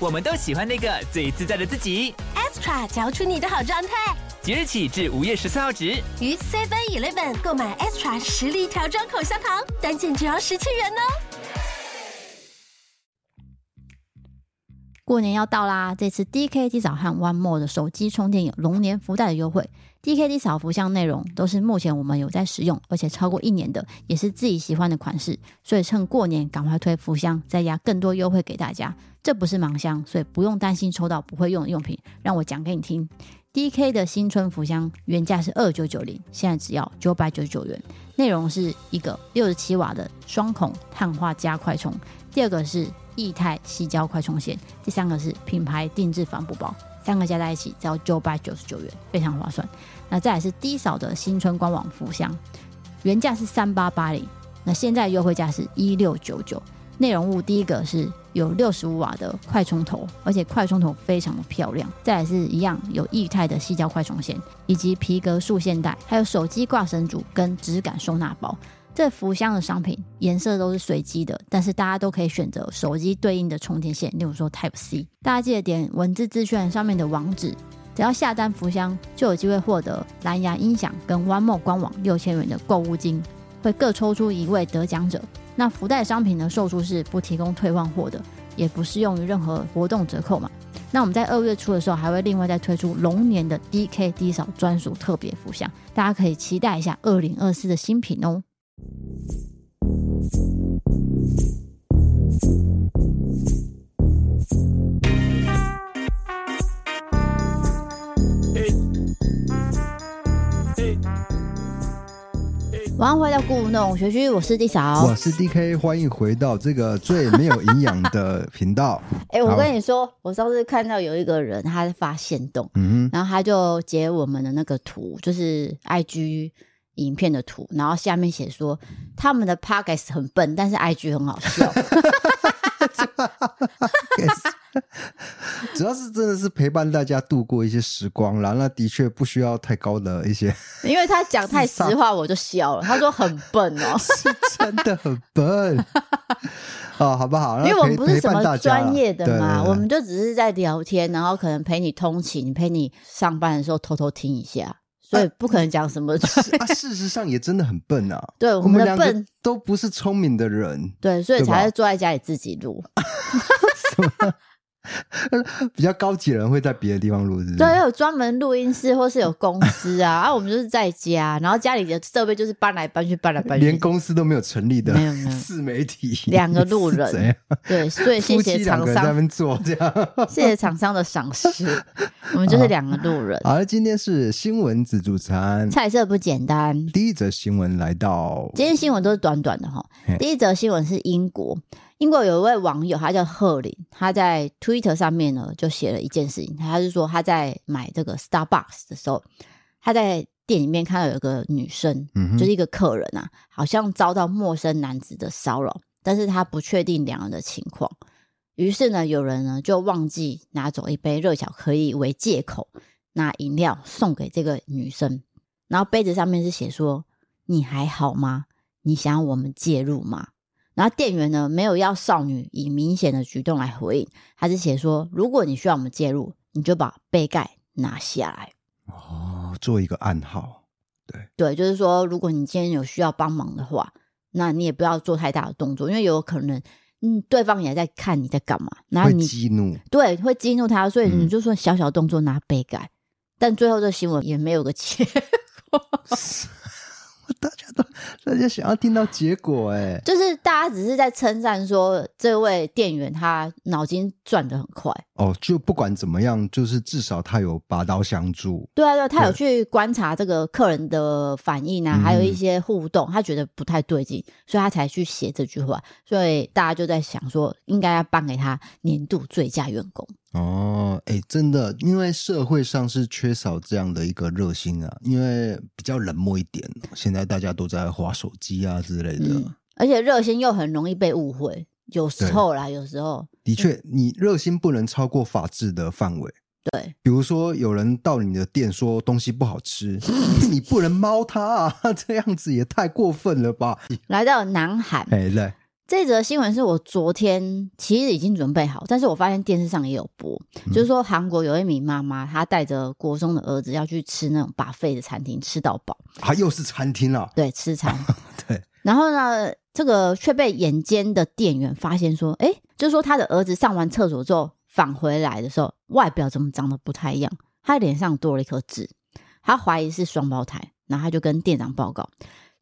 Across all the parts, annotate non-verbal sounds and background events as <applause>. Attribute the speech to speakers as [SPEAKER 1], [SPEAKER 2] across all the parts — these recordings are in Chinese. [SPEAKER 1] 我们都喜欢那个最自在的自己。
[SPEAKER 2] extra 嚼出你的好状态。
[SPEAKER 1] 即日起至五月十四号止。
[SPEAKER 2] 于 Seven Eleven 购买 extra 实力调装口香糖，单件只要十七元哦。
[SPEAKER 3] 过年要到啦，这次 DKT 扫和 One More 的手机充电有龙年福袋的优惠。DKT 扫福箱内容都是目前我们有在使用，而且超过一年的，也是自己喜欢的款式，所以趁过年赶快推福箱，再加更多优惠给大家。这不是盲箱，所以不用担心抽到不会用的用品。让我讲给你听，DK 的新春福箱原价是二九九零，现在只要九百九十九元。内容是一个六十七瓦的双孔碳化镓快充，第二个是液态细胶快充线，第三个是品牌定制帆布包，三个加在一起只要九百九十九元，非常划算。那再来是低扫的新春官网福箱，原价是三八八零，那现在优惠价是一六九九。内容物第一个是有六十五瓦的快充头，而且快充头非常的漂亮。再来是一样有液态的细胶快充线，以及皮革束线带，还有手机挂绳组跟质感收纳包。这福箱的商品颜色都是随机的，但是大家都可以选择手机对应的充电线，例如说 Type C。大家记得点文字资讯上面的网址，只要下单福箱就有机会获得蓝牙音响跟 OneMo 官网六千元的购物金，会各抽出一位得奖者。那福袋商品的售出是不提供退换货的，也不适用于任何活动折扣嘛。那我们在二月初的时候，还会另外再推出龙年的 DK 低扫专属特别福箱，大家可以期待一下二零二四的新品哦。晚上回到故弄学区，我是地嫂。
[SPEAKER 4] 我是 DK，欢迎回到这个最没有营养的频道。 <laughs>
[SPEAKER 3] 哎、我
[SPEAKER 4] 好
[SPEAKER 3] 跟你说，我上次看到有一个人他在发现动，
[SPEAKER 4] 嗯
[SPEAKER 3] 然后他就截我们的那个图，就是 IG 影片的图，然后下面写说他们的 podcast 很笨，但是 IG 很好
[SPEAKER 4] <laughs>
[SPEAKER 3] 笑。
[SPEAKER 4] 哼，主要是真的是陪伴大家度过一些时光啦。那的确不需要太高的一些，，
[SPEAKER 3] 因为他讲太实话，我就笑了。他说很笨哦
[SPEAKER 4] <laughs> 是真的很
[SPEAKER 3] <laughs>
[SPEAKER 4] 笨哦，好不好？
[SPEAKER 3] 因为我们
[SPEAKER 4] 那
[SPEAKER 3] 不
[SPEAKER 4] 陪
[SPEAKER 3] 是什
[SPEAKER 4] 陪伴大
[SPEAKER 3] 么
[SPEAKER 4] 家啦
[SPEAKER 3] 专业的嘛，
[SPEAKER 4] 对对对
[SPEAKER 3] 我们就只是在聊天，然后可能陪你通勤，陪你上班的时候偷偷听一下，所以不可能讲什么。 <laughs>
[SPEAKER 4] 啊，事实上也真的很笨啊。
[SPEAKER 3] 对，我
[SPEAKER 4] 我
[SPEAKER 3] 们
[SPEAKER 4] 们
[SPEAKER 3] 的
[SPEAKER 4] 两个
[SPEAKER 3] 笨，
[SPEAKER 4] 都不是聪明的人，
[SPEAKER 3] 对，所以
[SPEAKER 4] 对吧
[SPEAKER 3] 才会坐在家里自己录。
[SPEAKER 4] 比较高级的人会在别的地方录，是不是？
[SPEAKER 3] 对，啊有专门录音室，或是有公司啊，啊，我们就是在家，然后家里的设备就是搬来搬去，搬来搬
[SPEAKER 4] 连
[SPEAKER 3] 去。
[SPEAKER 4] 公司都没有成立的
[SPEAKER 3] 没有没有
[SPEAKER 4] <laughs> 自媒体，
[SPEAKER 3] 两个路人
[SPEAKER 4] 是怎样
[SPEAKER 3] 对，所以谢
[SPEAKER 4] 夫妻
[SPEAKER 3] 谢
[SPEAKER 4] 两
[SPEAKER 3] 厂
[SPEAKER 4] 个人在那
[SPEAKER 3] 商，
[SPEAKER 4] 边做这样。
[SPEAKER 3] 谢谢厂商的赏识，我们就是两个路人。
[SPEAKER 4] 好了，今天是新闻自助餐，
[SPEAKER 3] 菜色不简单，
[SPEAKER 4] 第一则新闻来到，
[SPEAKER 3] 今天新闻都是短短的哈
[SPEAKER 4] 嘿。
[SPEAKER 3] 第一则新闻是英国，英国有一位网友，他叫赫林，他在 Twitter 上面呢就写了一件事情，他是说他在买这个 Starbucks 的时候，他在店里面看到有一个女生，
[SPEAKER 4] 嗯哼
[SPEAKER 3] 就是一个客人啊，好像遭到陌生男子的骚扰，但是他不确定两人的情况。于是呢，有人呢就忘记拿走一杯热巧克力为借口，拿饮料送给这个女生，然后杯子上面是写说：“你还好吗？你想要我们介入吗？”然后店员呢没有要少女以明显的举动来回应，他是写说：“如果你需要我们介入，你就把杯盖拿下来。”
[SPEAKER 4] 哦，做一个暗号，
[SPEAKER 3] 对，就是说，如果你今天有需要帮忙的话，那你也不要做太大的动作，因为有可能，嗯，对方也在看你在干嘛，然后
[SPEAKER 4] 会
[SPEAKER 3] 你
[SPEAKER 4] 激怒，
[SPEAKER 3] 对会激怒他，所以
[SPEAKER 4] 嗯
[SPEAKER 3] 你就说小小动作拿杯盖，但最后这新闻也没有个结。 <laughs>
[SPEAKER 4] 大家都大家想要听到结果，哎，
[SPEAKER 3] 就是大家只是在称赞说这位店员他脑筋转得很快，
[SPEAKER 4] 哦，就不管怎么样，就是至少他有拔刀相助，
[SPEAKER 3] 对啊，对啊，他有
[SPEAKER 4] 对
[SPEAKER 3] 去观察这个客人的反应啊，
[SPEAKER 4] 嗯
[SPEAKER 3] 还有一些互动，他觉得不太对劲，所以他才去写这句话。所以大家就在想说，应该要颁给他年度最佳员工。
[SPEAKER 4] 哦，哎，真的，因为社会上是缺少这样的一个热心啊，因为比较冷漠一点，现在大家都在划手机啊之类的。
[SPEAKER 3] 嗯，而且热心又很容易被误会，有时候啦，有时候
[SPEAKER 4] 的确，你热心不能超过法治的范围。
[SPEAKER 3] 对，
[SPEAKER 4] 比如说，有人到你的店说东西不好吃， <laughs> 你不能猫他啊， <laughs> 这样子也太过分了吧？
[SPEAKER 3] 来到南韩，
[SPEAKER 4] 哎，对，
[SPEAKER 3] 这则新闻是我昨天其实已经准备好，但是我发现电视上也有播，
[SPEAKER 4] 嗯
[SPEAKER 3] 就是说韩国有一名妈妈，她带着国中的儿子要去吃那种把费的餐厅，吃到饱，
[SPEAKER 4] 啊，又是餐厅啦，
[SPEAKER 3] 对，吃餐。
[SPEAKER 4] <laughs> 对，
[SPEAKER 3] 然后呢，这个却被眼尖的店员发现说，诶，就是说他的儿子上完厕所之后返回来的时候，外表怎么长得不太一样，他脸上多了一颗痣，他怀疑是双胞胎，然后他就跟店长报告。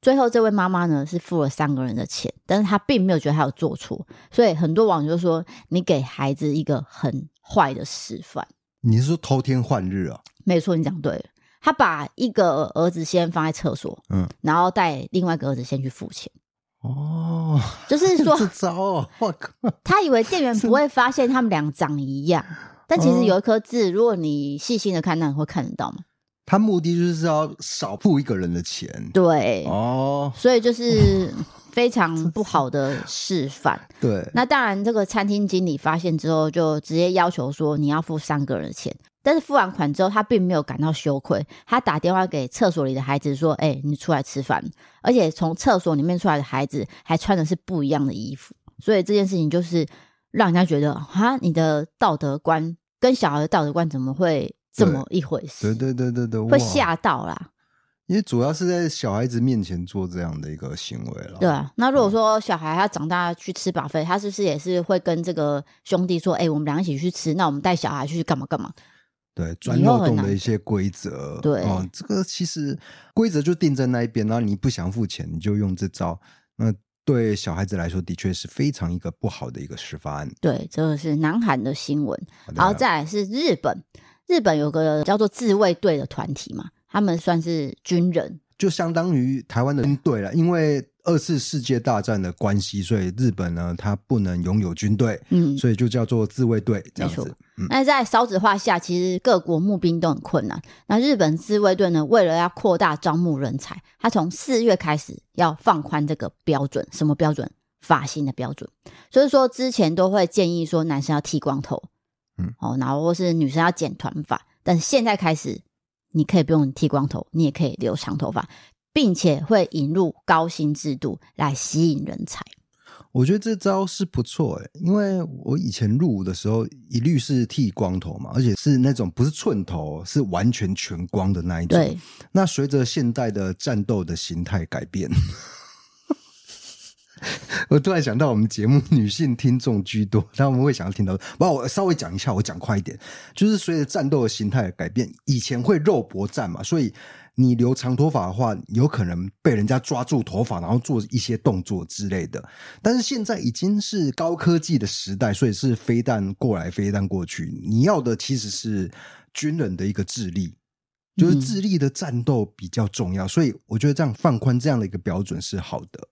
[SPEAKER 3] 最后，这位妈妈呢是付了三个人的钱，但是她并没有觉得她有做错，所以很多网友就说你给孩子一个很坏的示范。
[SPEAKER 4] 你是说偷天换日啊？
[SPEAKER 3] 没错，你讲对了。他把一个儿子先放在厕所，
[SPEAKER 4] 嗯，
[SPEAKER 3] 然后带另外一个儿子先去付钱， <laughs>
[SPEAKER 4] 哦，
[SPEAKER 3] 就是说
[SPEAKER 4] <laughs> 这招哦，我靠，
[SPEAKER 3] 他以为店员不会发现他们俩长一
[SPEAKER 4] <laughs>
[SPEAKER 3] 样，但
[SPEAKER 4] 哦
[SPEAKER 3] 其实有一颗痣，如果你细心的看，那你会看得到嘛？
[SPEAKER 4] 他目的就是要少付一个人的钱。
[SPEAKER 3] 对，
[SPEAKER 4] 哦，
[SPEAKER 3] 所以就是非常不好的示范。
[SPEAKER 4] 对，
[SPEAKER 3] 那当然，这个餐厅经理发现之后，就直接要求说你要付三个人的钱。但是付完款之后，他并没有感到羞愧，他打电话给厕所里的孩子说：“哎、你出来吃饭。”而且从厕所里面出来的孩子还穿的是不一样的衣服，所以这件事情就是让人家觉得啊，你的道德观跟小孩的道德观怎么会这么一回事？
[SPEAKER 4] 对对对对对，
[SPEAKER 3] 会
[SPEAKER 4] 哇
[SPEAKER 3] 吓到啦，
[SPEAKER 4] 因为主要是在小孩子面前做这样的一个行为了。
[SPEAKER 3] 对啊。那
[SPEAKER 4] 嗯
[SPEAKER 3] 如果说小孩他长大去吃把费，他是不是也是会跟这个兄弟说：“哎、我们俩一起去吃，那我们带小孩去干嘛干嘛？”
[SPEAKER 4] 对钻
[SPEAKER 3] 以后
[SPEAKER 4] 漏
[SPEAKER 3] 很
[SPEAKER 4] 洞
[SPEAKER 3] 难
[SPEAKER 4] 的一些规则，
[SPEAKER 3] 对
[SPEAKER 4] 哦，这个其实规则就定在那一边，然后你不想付钱，你就用这招。那对小孩子来说，的确是非常一个不好的一个示范。
[SPEAKER 3] 对，这个是南韩的新闻，
[SPEAKER 4] 好的
[SPEAKER 3] 然后再来是日本，日本有个叫做自卫队的团体嘛，他们算是军人，
[SPEAKER 4] 就相当于台湾的军队了，因为二次世界大战的关系，所以日本呢，它不能拥有军队，
[SPEAKER 3] 嗯，
[SPEAKER 4] 所以就叫做自卫队这样
[SPEAKER 3] 没
[SPEAKER 4] 子
[SPEAKER 3] 错。
[SPEAKER 4] 嗯，
[SPEAKER 3] 那在少子化下，其实各国募兵都很困难。那日本自卫队呢，为了要扩大招募人才，他从四月开始要放宽这个标准，什么标准？发型的标准。所以说之前都会建议说男生要剃光头，
[SPEAKER 4] 嗯，
[SPEAKER 3] 哦，然后或是女生要剪短发，但现在开始你可以不用剃光头，你也可以留长头发，并且会引入高薪制度来吸引人才。
[SPEAKER 4] 我觉得这招是不错诶、因为我以前入伍的时候一律是剃光头嘛，而且是那种不是寸头，哦是完全全光的那一种。
[SPEAKER 3] 对，
[SPEAKER 4] 那随着现代的战斗的形态改变，我突然想到我们节目女性听众居多，他们会想要听到。把我稍微讲一下，我讲快一点，就是随着战斗的形态的改变，以前会肉搏战嘛，所以你留长头发的话，有可能被人家抓住头发，然后做一些动作之类的。但是现在已经是高科技的时代，所以是飞弹过来，飞弹过去。你要的其实是军人的一个智力，就是
[SPEAKER 3] 嗯
[SPEAKER 4] 智力的战斗比较重要。所以我觉得这样放宽这样的一个标准是好的。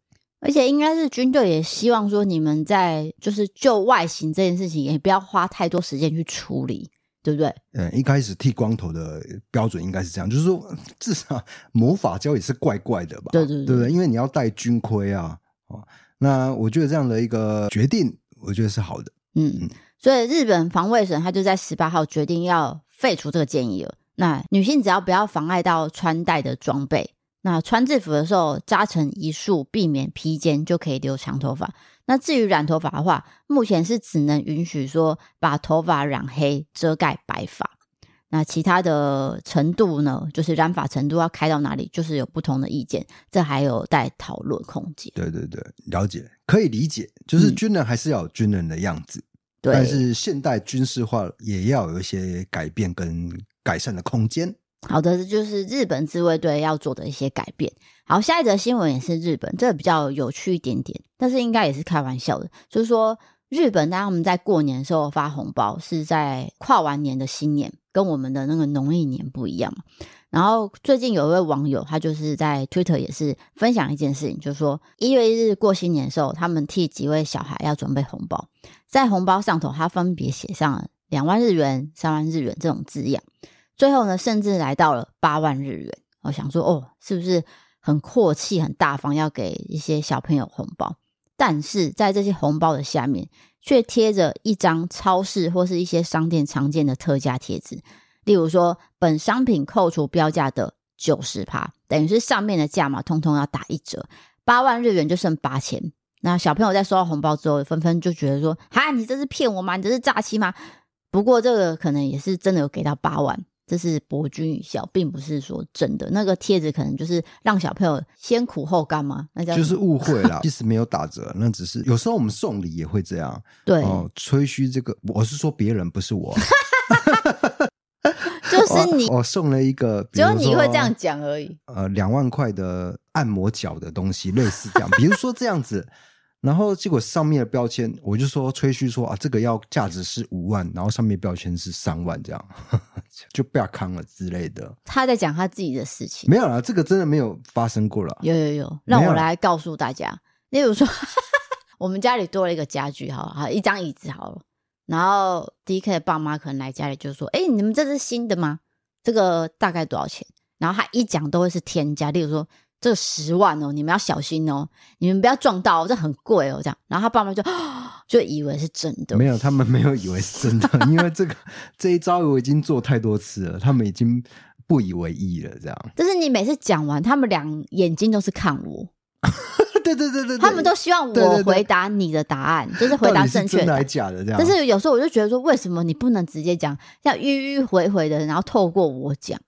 [SPEAKER 3] 而且应该是军队也希望说，你们在就是就外形这件事情，也不要花太多时间去处理，对不对？
[SPEAKER 4] 嗯，一开始剃光头的标准应该是这样，就是说至少 <laughs> 魔法胶也是怪怪的吧？
[SPEAKER 3] 对对对
[SPEAKER 4] 对不对？因为你要戴军盔啊，哦，那我觉得这样的一个决定，我觉得是好的。
[SPEAKER 3] 嗯
[SPEAKER 4] 嗯，
[SPEAKER 3] 所以日本防卫省他就在十八号决定要废除这个建议了。那女性只要不要妨碍到穿戴的装备，那穿制服的时候扎成一束，避免披肩，就可以留长头发。那至于染头发的话，目前是只能允许说把头发染黑遮盖白发。那其他的程度呢，就是染发程度要开到哪里，就是有不同的意见，这还有待讨论空间。
[SPEAKER 4] 对对对，了解，可以理解，就是
[SPEAKER 3] 嗯
[SPEAKER 4] 军人还是要有军人的样子，
[SPEAKER 3] 对，
[SPEAKER 4] 但是现代军事化也要有一些改变跟改善的空间。
[SPEAKER 3] 好的，这就是日本自卫队要做的一些改变。好，下一则新闻也是日本，这个比较有趣一点点，但是应该也是开玩笑的，就是说日本当他们在过年的时候发红包，是在跨完年的新年，跟我们的那个农历年不一样嘛。然后最近有一位网友，他就是在 Twitter 也是分享一件事情，就是说一月一日过新年的时候，他们替几位小孩要准备红包，在红包上头，他分别写上了两万日元、三万日元这种字样。最后呢，甚至来到了八万日元。我想说，哦，是不是很阔气、很大方，要给一些小朋友红包？但是在这些红包的下面，却贴着一张超市或是一些商店常见的特价贴纸，例如说本商品扣除标价的九十趴，等于是上面的价码通通要打一折，八万日元就剩八千。那小朋友在收到红包之后，纷纷就觉得说：“哈，你这是骗我吗？你这是诈欺吗？”不过这个可能也是真的有给到八万，这是博君一笑，并不是说真的。那个贴纸可能就是让小朋友先苦后甘嘛，那叫
[SPEAKER 4] 就是误会
[SPEAKER 3] <laughs>
[SPEAKER 4] 啦，其实没有打折，那只是有时候我们送礼也会这样
[SPEAKER 3] 对，
[SPEAKER 4] 哦，吹嘘这个，我是说别人，不是
[SPEAKER 3] <laughs>
[SPEAKER 4] 我，
[SPEAKER 3] 就是你
[SPEAKER 4] 哦啊我我送了一个，比
[SPEAKER 3] 只
[SPEAKER 4] 如
[SPEAKER 3] 有你会
[SPEAKER 4] 说
[SPEAKER 3] 这样讲而已。
[SPEAKER 4] 呃两万块的按摩脚的东西，类似这样，比如说这样子。然后结果上面的标签，我就说吹嘘说啊，这个要价值是五万，然后上面标签是三万，这样 <laughs> 就不要康了之类的。
[SPEAKER 3] 他在讲他自己的事情。
[SPEAKER 4] 没有啦，这个真的没有发生过啦。
[SPEAKER 3] 有有有，
[SPEAKER 4] 没有
[SPEAKER 3] 让我来告诉大家。例如说， <laughs> 我们家里多了一个家具，好了好一张椅子好了。然后 D K 的爸妈可能来家里就说：“哎、你们这是新的吗？这个大概多少钱？”然后他一讲都会是天价，例如说这十万哦，你们要小心哦，你们不要撞到、哦，这很贵哦，这样。然后他爸妈就 <gasps> 就以为是真的，
[SPEAKER 4] 没有，他们没有以为是真的， <laughs> 因为这个这一招我已经做太多次了，他们已经不以为意了。这样， <laughs>
[SPEAKER 3] 就是你每次讲完，他们俩眼睛都是看我，
[SPEAKER 4] 对对对对，对
[SPEAKER 3] 他们都希望
[SPEAKER 4] 对对
[SPEAKER 3] 我
[SPEAKER 4] 对
[SPEAKER 3] 回答你的答
[SPEAKER 4] <laughs>
[SPEAKER 3] 案，就是回
[SPEAKER 4] 到
[SPEAKER 3] 答
[SPEAKER 4] 底是
[SPEAKER 3] 正确
[SPEAKER 4] 真
[SPEAKER 3] 的答
[SPEAKER 4] 的还
[SPEAKER 3] 案。
[SPEAKER 4] 假的啊这样。
[SPEAKER 3] 但是有时候我就觉得说，为什么你不能直接讲，要迂迂回回的，然后透过我讲？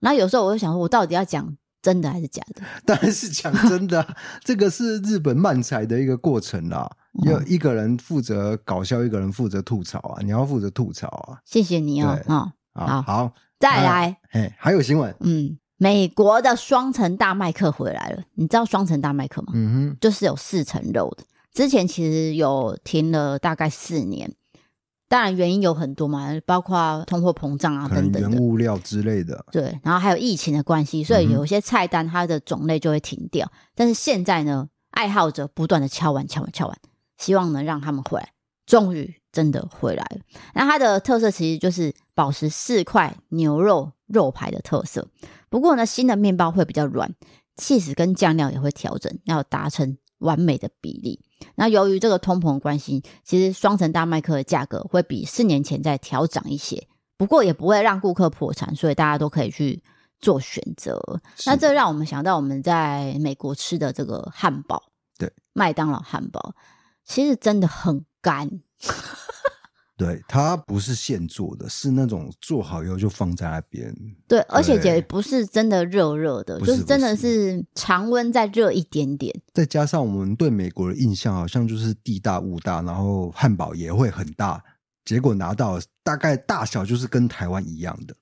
[SPEAKER 3] 然后有时候我就想说，我到底要讲真的还是假的？
[SPEAKER 4] <laughs> 当然是讲真的
[SPEAKER 3] <laughs>
[SPEAKER 4] 啊，这个是日本漫才的一个过程啦。
[SPEAKER 3] 嗯
[SPEAKER 4] 要一个人负责搞笑，一个人负责吐槽啊，你要负责吐槽啊。
[SPEAKER 3] 谢谢你哦，
[SPEAKER 4] 对
[SPEAKER 3] 啊、好
[SPEAKER 4] 啊，好，
[SPEAKER 3] 再来，
[SPEAKER 4] 嘿，还有新闻，
[SPEAKER 3] 嗯，美国的双层大麦克回来了，你知道双层大麦克吗？
[SPEAKER 4] 嗯
[SPEAKER 3] 就是有四层肉的。之前其实有停了大概四年，当然原因有很多嘛，包括通货膨胀啊
[SPEAKER 4] 哼，可
[SPEAKER 3] 等
[SPEAKER 4] 能
[SPEAKER 3] 等的
[SPEAKER 4] 原。物料之类的，
[SPEAKER 3] 对，然后还有疫情的关系，所
[SPEAKER 4] 嗯
[SPEAKER 3] 以
[SPEAKER 4] 哼
[SPEAKER 3] 有些菜单它的种类就会停掉。但是现在呢，爱好者不断的敲碗、敲碗、敲碗，希望能让他们回来。终于真的回来了。那它的特色其实就是保持四块牛肉肉排的特色。不过呢，新的面包会比较软，cheese 跟酱料也会调整，要达成完美的比例。那由于这个通膨关系，其实双层大麦克的价格会比四年前再调涨一些。不过也不会让顾客破产，所以大家都可以去做选择。
[SPEAKER 4] 是
[SPEAKER 3] 那这让我们想到我们在美国吃的这个汉堡，
[SPEAKER 4] 对，
[SPEAKER 3] 麦当劳汉堡，其实真的很干，
[SPEAKER 4] 对，它不是现做的，是那种做好以后就放在那边，
[SPEAKER 3] 对，而且
[SPEAKER 4] 对
[SPEAKER 3] 也不是真的热热的，
[SPEAKER 4] 不
[SPEAKER 3] 就是是真的
[SPEAKER 4] 不
[SPEAKER 3] 是常温再热一点点，
[SPEAKER 4] 再加上我们对美国的印象好像就是地大物大，然后汉堡也会很大，结果拿到大概大小就是跟台湾一样的，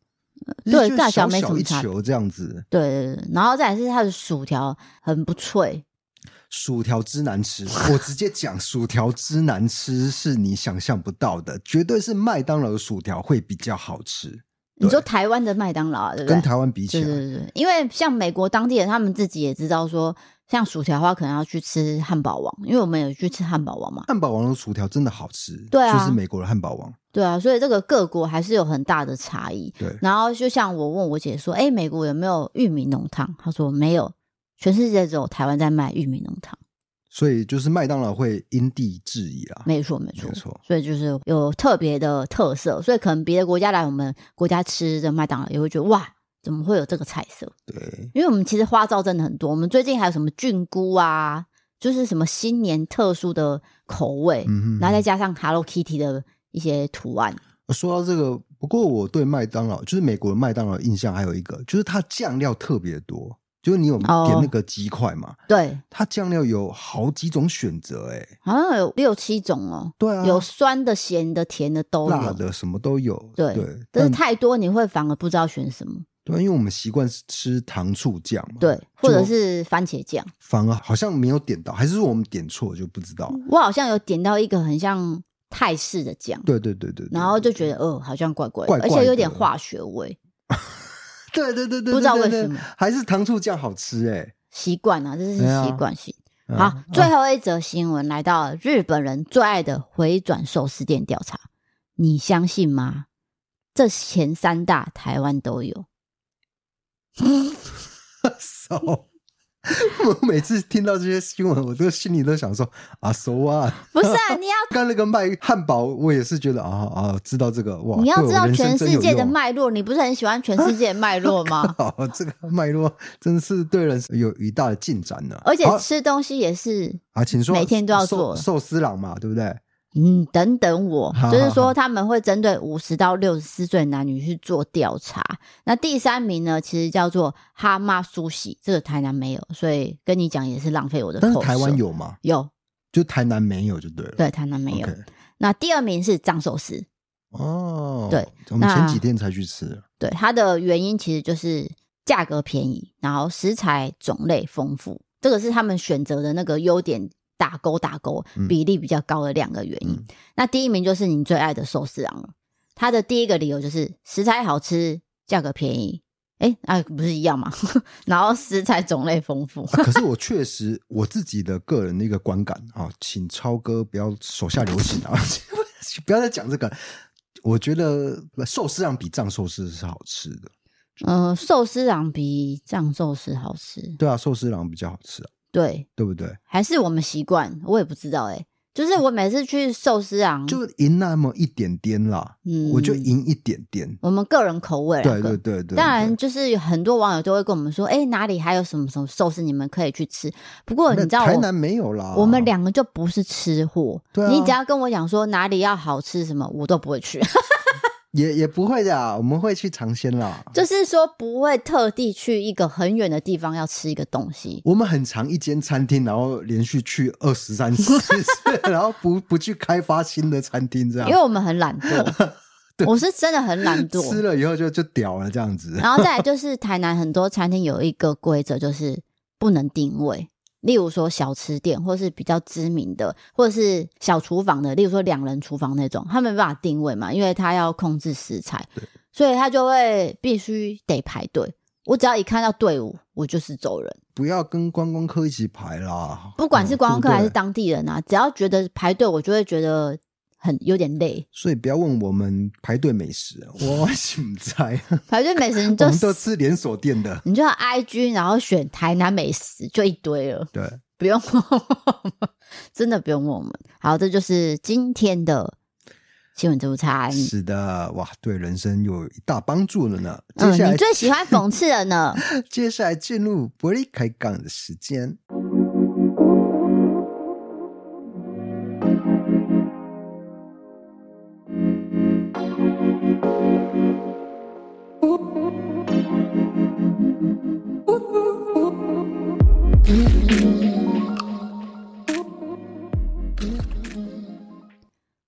[SPEAKER 3] 呃对
[SPEAKER 4] 就是
[SPEAKER 3] 大小没什
[SPEAKER 4] 小
[SPEAKER 3] 么
[SPEAKER 4] 一
[SPEAKER 3] 差
[SPEAKER 4] 球这样子，
[SPEAKER 3] 对对对，然后再来是它的薯条很不脆，
[SPEAKER 4] 薯条之难吃，我直接讲，薯条之难吃是你想象不到的，绝对是麦当劳的薯条会比较好吃，
[SPEAKER 3] 你说台湾的麦当劳啊，对不对
[SPEAKER 4] 跟？台湾比
[SPEAKER 3] 对
[SPEAKER 4] 起来，
[SPEAKER 3] 对对，对因为像美国当地人，他们自己也知道说，像薯条的话，可能要去吃汉堡王，因为我们有去吃汉堡王嘛。
[SPEAKER 4] 汉堡王的薯条真的好吃，
[SPEAKER 3] 对啊
[SPEAKER 4] 就是美国的汉堡王，
[SPEAKER 3] 对啊，所以这个各国还是有很大的差异。 <laughs>
[SPEAKER 4] 对，
[SPEAKER 3] 然后就像我问我姐说：“哎、美国有没有玉米浓汤？”她说没有，全世界只有台湾在卖玉米浓汤。
[SPEAKER 4] 所以就是麦当劳会因地制宜啦，
[SPEAKER 3] 没错，没错，
[SPEAKER 4] 没错
[SPEAKER 3] 所以就是有特别的特色，所以可能别的国家来我们国家吃的麦当劳，也会觉得哇，怎么会有这个菜色？
[SPEAKER 4] 对，
[SPEAKER 3] 因为我们其实花招真的很多，我们最近还有什么菌菇啊，就是什么新年特殊的口味，
[SPEAKER 4] 嗯哼呃
[SPEAKER 3] 然后再加上 Hello Kitty 的一些图案，
[SPEAKER 4] 说到这个，不过我对麦当劳，就是美国的麦当劳的印象还有一个，就是它酱料特别多，就是你有点
[SPEAKER 3] 哦
[SPEAKER 4] 那个鸡块嘛，
[SPEAKER 3] 对，
[SPEAKER 4] 它酱料有好几种选择、欸，哎，
[SPEAKER 3] 好像有六七种哦，
[SPEAKER 4] 对啊，
[SPEAKER 3] 有酸的、咸的、甜的都
[SPEAKER 4] 辣
[SPEAKER 3] 有，
[SPEAKER 4] 的嗯什么都有，
[SPEAKER 3] 对
[SPEAKER 4] 对，
[SPEAKER 3] 但是
[SPEAKER 4] 但
[SPEAKER 3] 太多你会反而不知道选什么，
[SPEAKER 4] 对，啊因为我们习惯是吃糖醋酱嘛，
[SPEAKER 3] 对，或
[SPEAKER 4] 嗯就
[SPEAKER 3] 者是番茄酱。
[SPEAKER 4] 反而好像没有点到，还是说我们点错就不知道？
[SPEAKER 3] 我好像有点到一个很像泰式的酱，
[SPEAKER 4] 对对对对，对
[SPEAKER 3] 然后就觉得哦，好像怪怪的，
[SPEAKER 4] 怪怪的
[SPEAKER 3] 而且有点化学味，
[SPEAKER 4] 对对对对，对
[SPEAKER 3] 不知道为
[SPEAKER 4] 对对
[SPEAKER 3] 什么
[SPEAKER 4] 还是糖醋酱好吃哎、
[SPEAKER 3] 习惯啊，这是
[SPEAKER 4] 对啊
[SPEAKER 3] 习惯性。
[SPEAKER 4] 嗯 <laughs>
[SPEAKER 3] 好，最后一则新闻来到日本人最爱的回转寿司店调查，你相信吗？这前三大台湾都有。
[SPEAKER 4] <laughs> so，我每次听到这些新闻，我都心里都想说啊，so 啊，
[SPEAKER 3] 不是啊，你要
[SPEAKER 4] 刚那个卖汉堡，我也是觉得啊啊，知道这个哇，
[SPEAKER 3] 你要知道
[SPEAKER 4] 对我人生
[SPEAKER 3] 全
[SPEAKER 4] 真
[SPEAKER 3] 世界
[SPEAKER 4] 有
[SPEAKER 3] 的
[SPEAKER 4] 用。啊
[SPEAKER 3] 脉络，你不是很喜欢全世界的脉络
[SPEAKER 4] <laughs>
[SPEAKER 3] 吗？
[SPEAKER 4] 哦，这个脉络真是对人生有一大的进展呢、
[SPEAKER 3] 而且
[SPEAKER 4] 好
[SPEAKER 3] 吃东西也是，
[SPEAKER 4] 啊，请说，
[SPEAKER 3] 每天都要
[SPEAKER 4] 寿
[SPEAKER 3] 做
[SPEAKER 4] 寿司郎嘛，对不对？
[SPEAKER 3] 嗯，等等我，
[SPEAKER 4] 好
[SPEAKER 3] 就是
[SPEAKER 4] 好
[SPEAKER 3] 说
[SPEAKER 4] 好
[SPEAKER 3] 他们会针对五十到六十四岁男女去做调查。那第三名呢，其实叫做哈妈苏喜，这个台南没有，所以跟你讲也是浪费我的口
[SPEAKER 4] 但是
[SPEAKER 3] 舌。
[SPEAKER 4] 台湾有嘛，
[SPEAKER 3] 有，
[SPEAKER 4] 就台南没有就对了。
[SPEAKER 3] 对，台南没有。
[SPEAKER 4] OK
[SPEAKER 3] 那第二名是藏寿司，
[SPEAKER 4] 哦，
[SPEAKER 3] 对，
[SPEAKER 4] 我们前
[SPEAKER 3] 那
[SPEAKER 4] 几天才去吃，
[SPEAKER 3] 对它的原因其实就是价格便宜，然后食材种类丰富，这个是他们选择的那个优点打勾打勾
[SPEAKER 4] 嗯
[SPEAKER 3] 比例比较高的两个原因。
[SPEAKER 4] 嗯
[SPEAKER 3] 那第一名就是你最爱的寿司郎了，它的第一个理由就是食材好吃，价格便宜。哎，啊，不是一样吗？ <laughs> 然后食材种类丰富，
[SPEAKER 4] 啊可是我确实 <laughs> 我自己的个人的一个观感啊、请超哥不要手下留情啊， <laughs> 不要再讲这个。我觉得呃寿司上比藏寿司是好吃的，
[SPEAKER 3] 嗯、寿司郎比藏寿司好吃，
[SPEAKER 4] 对啊，寿司郎比较好吃、啊，
[SPEAKER 3] 对，
[SPEAKER 4] 对不对？
[SPEAKER 3] 还是我们习惯，我也不知道哎、就是我每次去寿司郎，
[SPEAKER 4] 就赢那么一点点啦，
[SPEAKER 3] 嗯
[SPEAKER 4] 我就赢一点点。
[SPEAKER 3] 我们个人口味啦，
[SPEAKER 4] 对
[SPEAKER 3] 个
[SPEAKER 4] 对对对，
[SPEAKER 3] 当然，
[SPEAKER 4] 对
[SPEAKER 3] 就是有很多网友都会跟我们说，哎、哪里还有什么什么寿司，你们可以去吃。不过你
[SPEAKER 4] 那
[SPEAKER 3] 知道我，
[SPEAKER 4] 台南没有啦，
[SPEAKER 3] 我们两个就不是吃货。
[SPEAKER 4] 对啊
[SPEAKER 3] 你只要跟我讲说哪里要好吃什么，我都不会去。 <laughs>
[SPEAKER 4] 也也不会的啊，我们会去尝鲜啦。
[SPEAKER 3] 就是说，不会特地去一个很远的地方要吃一个东西。
[SPEAKER 4] 我们很常一间餐厅，然后连续去二十三
[SPEAKER 3] <laughs>
[SPEAKER 4] 次， <laughs> 然后不不去开发新的餐厅，这样
[SPEAKER 3] 因为我们很懒
[SPEAKER 4] <laughs>
[SPEAKER 3] 惰，我啊是真的很懒
[SPEAKER 4] 吃
[SPEAKER 3] 惰。
[SPEAKER 4] 了以后就就屌了这样子。
[SPEAKER 3] 然后再来就是台南很多餐厅有一个规则，就是不能定位。例如说小吃店，或是比较知名的，或者是小厨房的，例如说两人厨房那种，他没办法定位嘛，因为他要控制食材，所以他就会必须得排队。我只要一看到队伍，我就是走人，
[SPEAKER 4] 不要跟观光客一起排啦，
[SPEAKER 3] 不管是观光客
[SPEAKER 4] 嗯
[SPEAKER 3] 还是，
[SPEAKER 4] 对不对
[SPEAKER 3] 当地人啊，只要觉得排队，我就会觉得很有点累。
[SPEAKER 4] 所以不要问我们排队美食，
[SPEAKER 3] <laughs>
[SPEAKER 4] 我心在，
[SPEAKER 3] 排队美食你
[SPEAKER 4] 我
[SPEAKER 3] 就
[SPEAKER 4] 们都吃连锁店的。
[SPEAKER 3] 你就要 IG，然后选台南美食，就一堆了。
[SPEAKER 4] 对，
[SPEAKER 3] 不用问我们，真的不用问我们。好，这就是今天的新闻自助餐。
[SPEAKER 4] 是的，哇，对人生有一大帮助了呢。
[SPEAKER 3] 嗯，
[SPEAKER 4] 接下来、
[SPEAKER 3] 你最喜欢讽刺的呢？
[SPEAKER 4] 接下来进入伯利开杠的时间。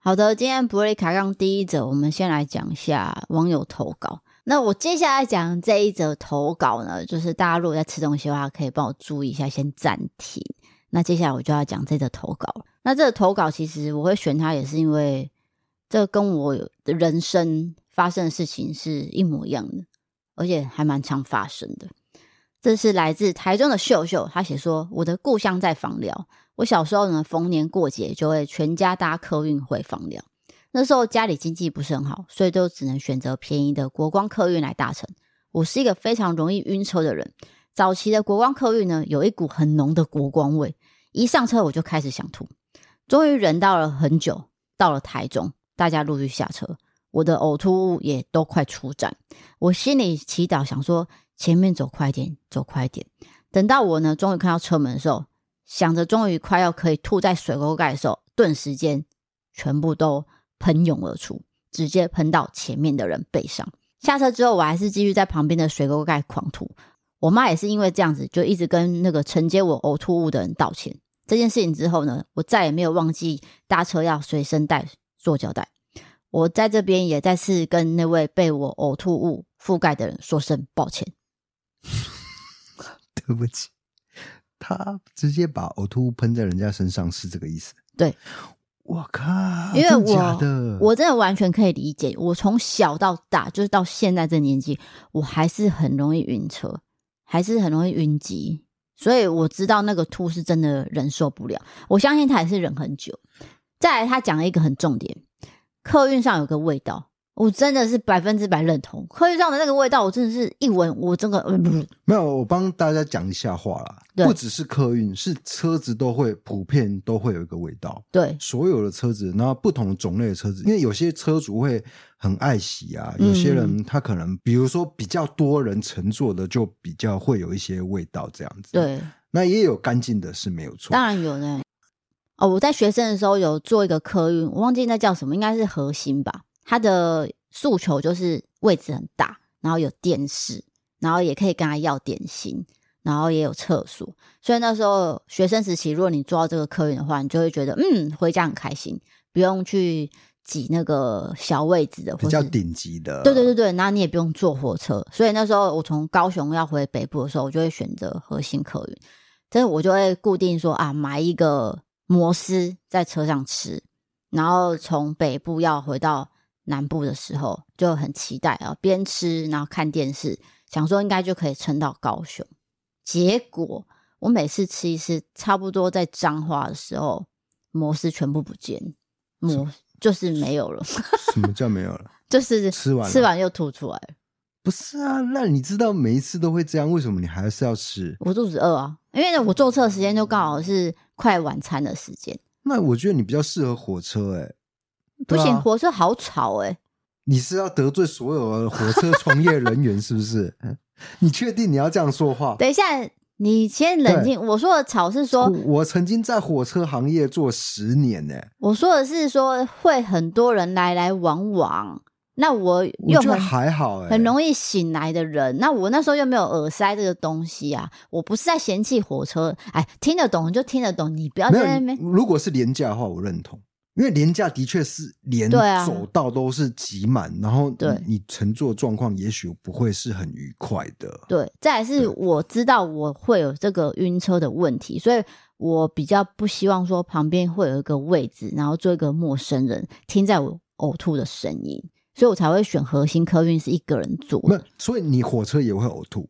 [SPEAKER 3] 好的，今天布瑞卡让第一则，我们先来讲一下网友投稿。那我接下来讲这一则投稿呢，就是大家如果在吃东西的话，可以帮我注意一下，先暂停。那接下来我就要讲这则投稿了。那这个投稿其实我会选它，也是因为这跟我有的人生发生的事情是一模一样的，而且还蛮常发生的。这是来自台中的秀秀，她写说：“我的故乡在访寮，我小时候呢，逢年过节就会全家搭客运回访寮。那时候家里经济不是很好，所以就只能选择便宜的国光客运来搭乘。我是一个非常容易晕车的人，早期的国光客运呢，有一股很浓的国光味，一上车我就开始想吐。终于忍到了很久，到了台中，大家陆续下车，我的呕吐物也都快出站。我心里祈祷，想说前面走快点，走快点。等到我呢，终于看到车门的时候，想着终于快要可以吐在水沟盖的时候，顿时间全部都喷涌而出，直接喷到前面的人背上。下车之后，我还是继续在旁边的水沟盖狂吐。我妈也是因为这样子，就一直跟那个承接我呕吐物的人道歉。这件事情之后呢，我再也没有忘记搭车要随身带塑胶袋。我在这边也再次跟那位被我呕吐物覆盖的人说声抱歉。
[SPEAKER 4] 对不起，他直接把呕吐物喷在人家身上，是这个意思？
[SPEAKER 3] 对，
[SPEAKER 4] 我靠，
[SPEAKER 3] 因为
[SPEAKER 4] 真假
[SPEAKER 3] 我
[SPEAKER 4] 的
[SPEAKER 3] 我真的完全可以理解，我从小到大，就是到现在这年纪，我还是很容易晕车，还是很容易晕机，所以我知道那个吐是真的忍受不了。我相信他也是忍很久。再来，他讲了一个很重点，客运上有个味道，我真的是百分之百认同。客运上的那个味道，我真的是一闻，我这个、呃、
[SPEAKER 4] 没有，我帮大家讲一下话啦。
[SPEAKER 3] 对
[SPEAKER 4] 不只是客运，是车子都会普遍都会有一个味道，
[SPEAKER 3] 对
[SPEAKER 4] 所有的车子，然后不同种类的车子，因为有些车主会很爱惜啊，
[SPEAKER 3] 嗯
[SPEAKER 4] 有些人他可能，比如说比较多人乘坐的，就比较会有一些味道这样子。，
[SPEAKER 3] 对，
[SPEAKER 4] 那也有干净的是没有错
[SPEAKER 3] 当。然有呢。哦，我在学生的时候有做一个客运，我忘记那叫什么，应该是核心吧。它的诉求就是位置很大，然后有电视，然后也可以跟他要点心，然后也有厕所。所以那时候学生时期，如果你做到这个客运的话，你就会觉得嗯，回家很开心，不用去挤那个小位置的，或
[SPEAKER 4] 比较
[SPEAKER 3] 是
[SPEAKER 4] 顶级的，
[SPEAKER 3] 对对对，对，然后你也不用坐火车，所以那时候我从高雄要回北部的时候，我就会选择核心客运，但是我就会固定说啊，买一个摩斯在车上吃，然后从北部要回到南部的时候，就很期待啊，边吃然后看电视，想说应该就可以撑到高雄，结果我每次吃一次，差不多在彰化的时候，摩斯全部不见，摩就是没有了。 <laughs>
[SPEAKER 4] 什么叫没有了？
[SPEAKER 3] 就是
[SPEAKER 4] 吃完了
[SPEAKER 3] 吃完又吐出来了，
[SPEAKER 4] 不是啊，那你知道每一次都会这样，为什么你还是要吃？
[SPEAKER 3] 我肚子饿啊，因为我坐车的时间就刚好是快晚餐的时间，
[SPEAKER 4] 那我觉得你比较适合火车、欸，哎、
[SPEAKER 3] 不
[SPEAKER 4] 对啊
[SPEAKER 3] 行，火车好吵哎、
[SPEAKER 4] 你是要得罪所有的火车从业人员是不是？ <laughs> 你确定你要这样说话？
[SPEAKER 3] 等一下，你先冷静。我说的吵是
[SPEAKER 4] 我
[SPEAKER 3] 说，
[SPEAKER 4] 我曾经在火车行业做十年呢、欸，
[SPEAKER 3] 我说的是说会很多人来来往往，那我
[SPEAKER 4] 我
[SPEAKER 3] 又
[SPEAKER 4] 觉得
[SPEAKER 3] 很
[SPEAKER 4] 还好、欸，
[SPEAKER 3] 很
[SPEAKER 4] 易。
[SPEAKER 3] 容易醒来的人，那我那时候又没有耳塞这个东西啊，我不是在嫌弃火车，哎，听得懂就听得懂，你不要
[SPEAKER 4] 没
[SPEAKER 3] 啊在那边
[SPEAKER 4] 有，如果是廉价的话，我认同，因为廉价的确是连
[SPEAKER 3] 对啊
[SPEAKER 4] 走道都是挤满，然后
[SPEAKER 3] 对
[SPEAKER 4] 你你乘坐状况也许不会是很愉快的。
[SPEAKER 3] 对，再来是我知道我会有这个晕车的问题，所以我比较不希望说旁边会有一个位置，然后做一个陌生人听在我呕吐的声音，所以我才会选核心客运是一个人坐
[SPEAKER 4] 那
[SPEAKER 3] 的。
[SPEAKER 4] 所以你火车也会呕吐，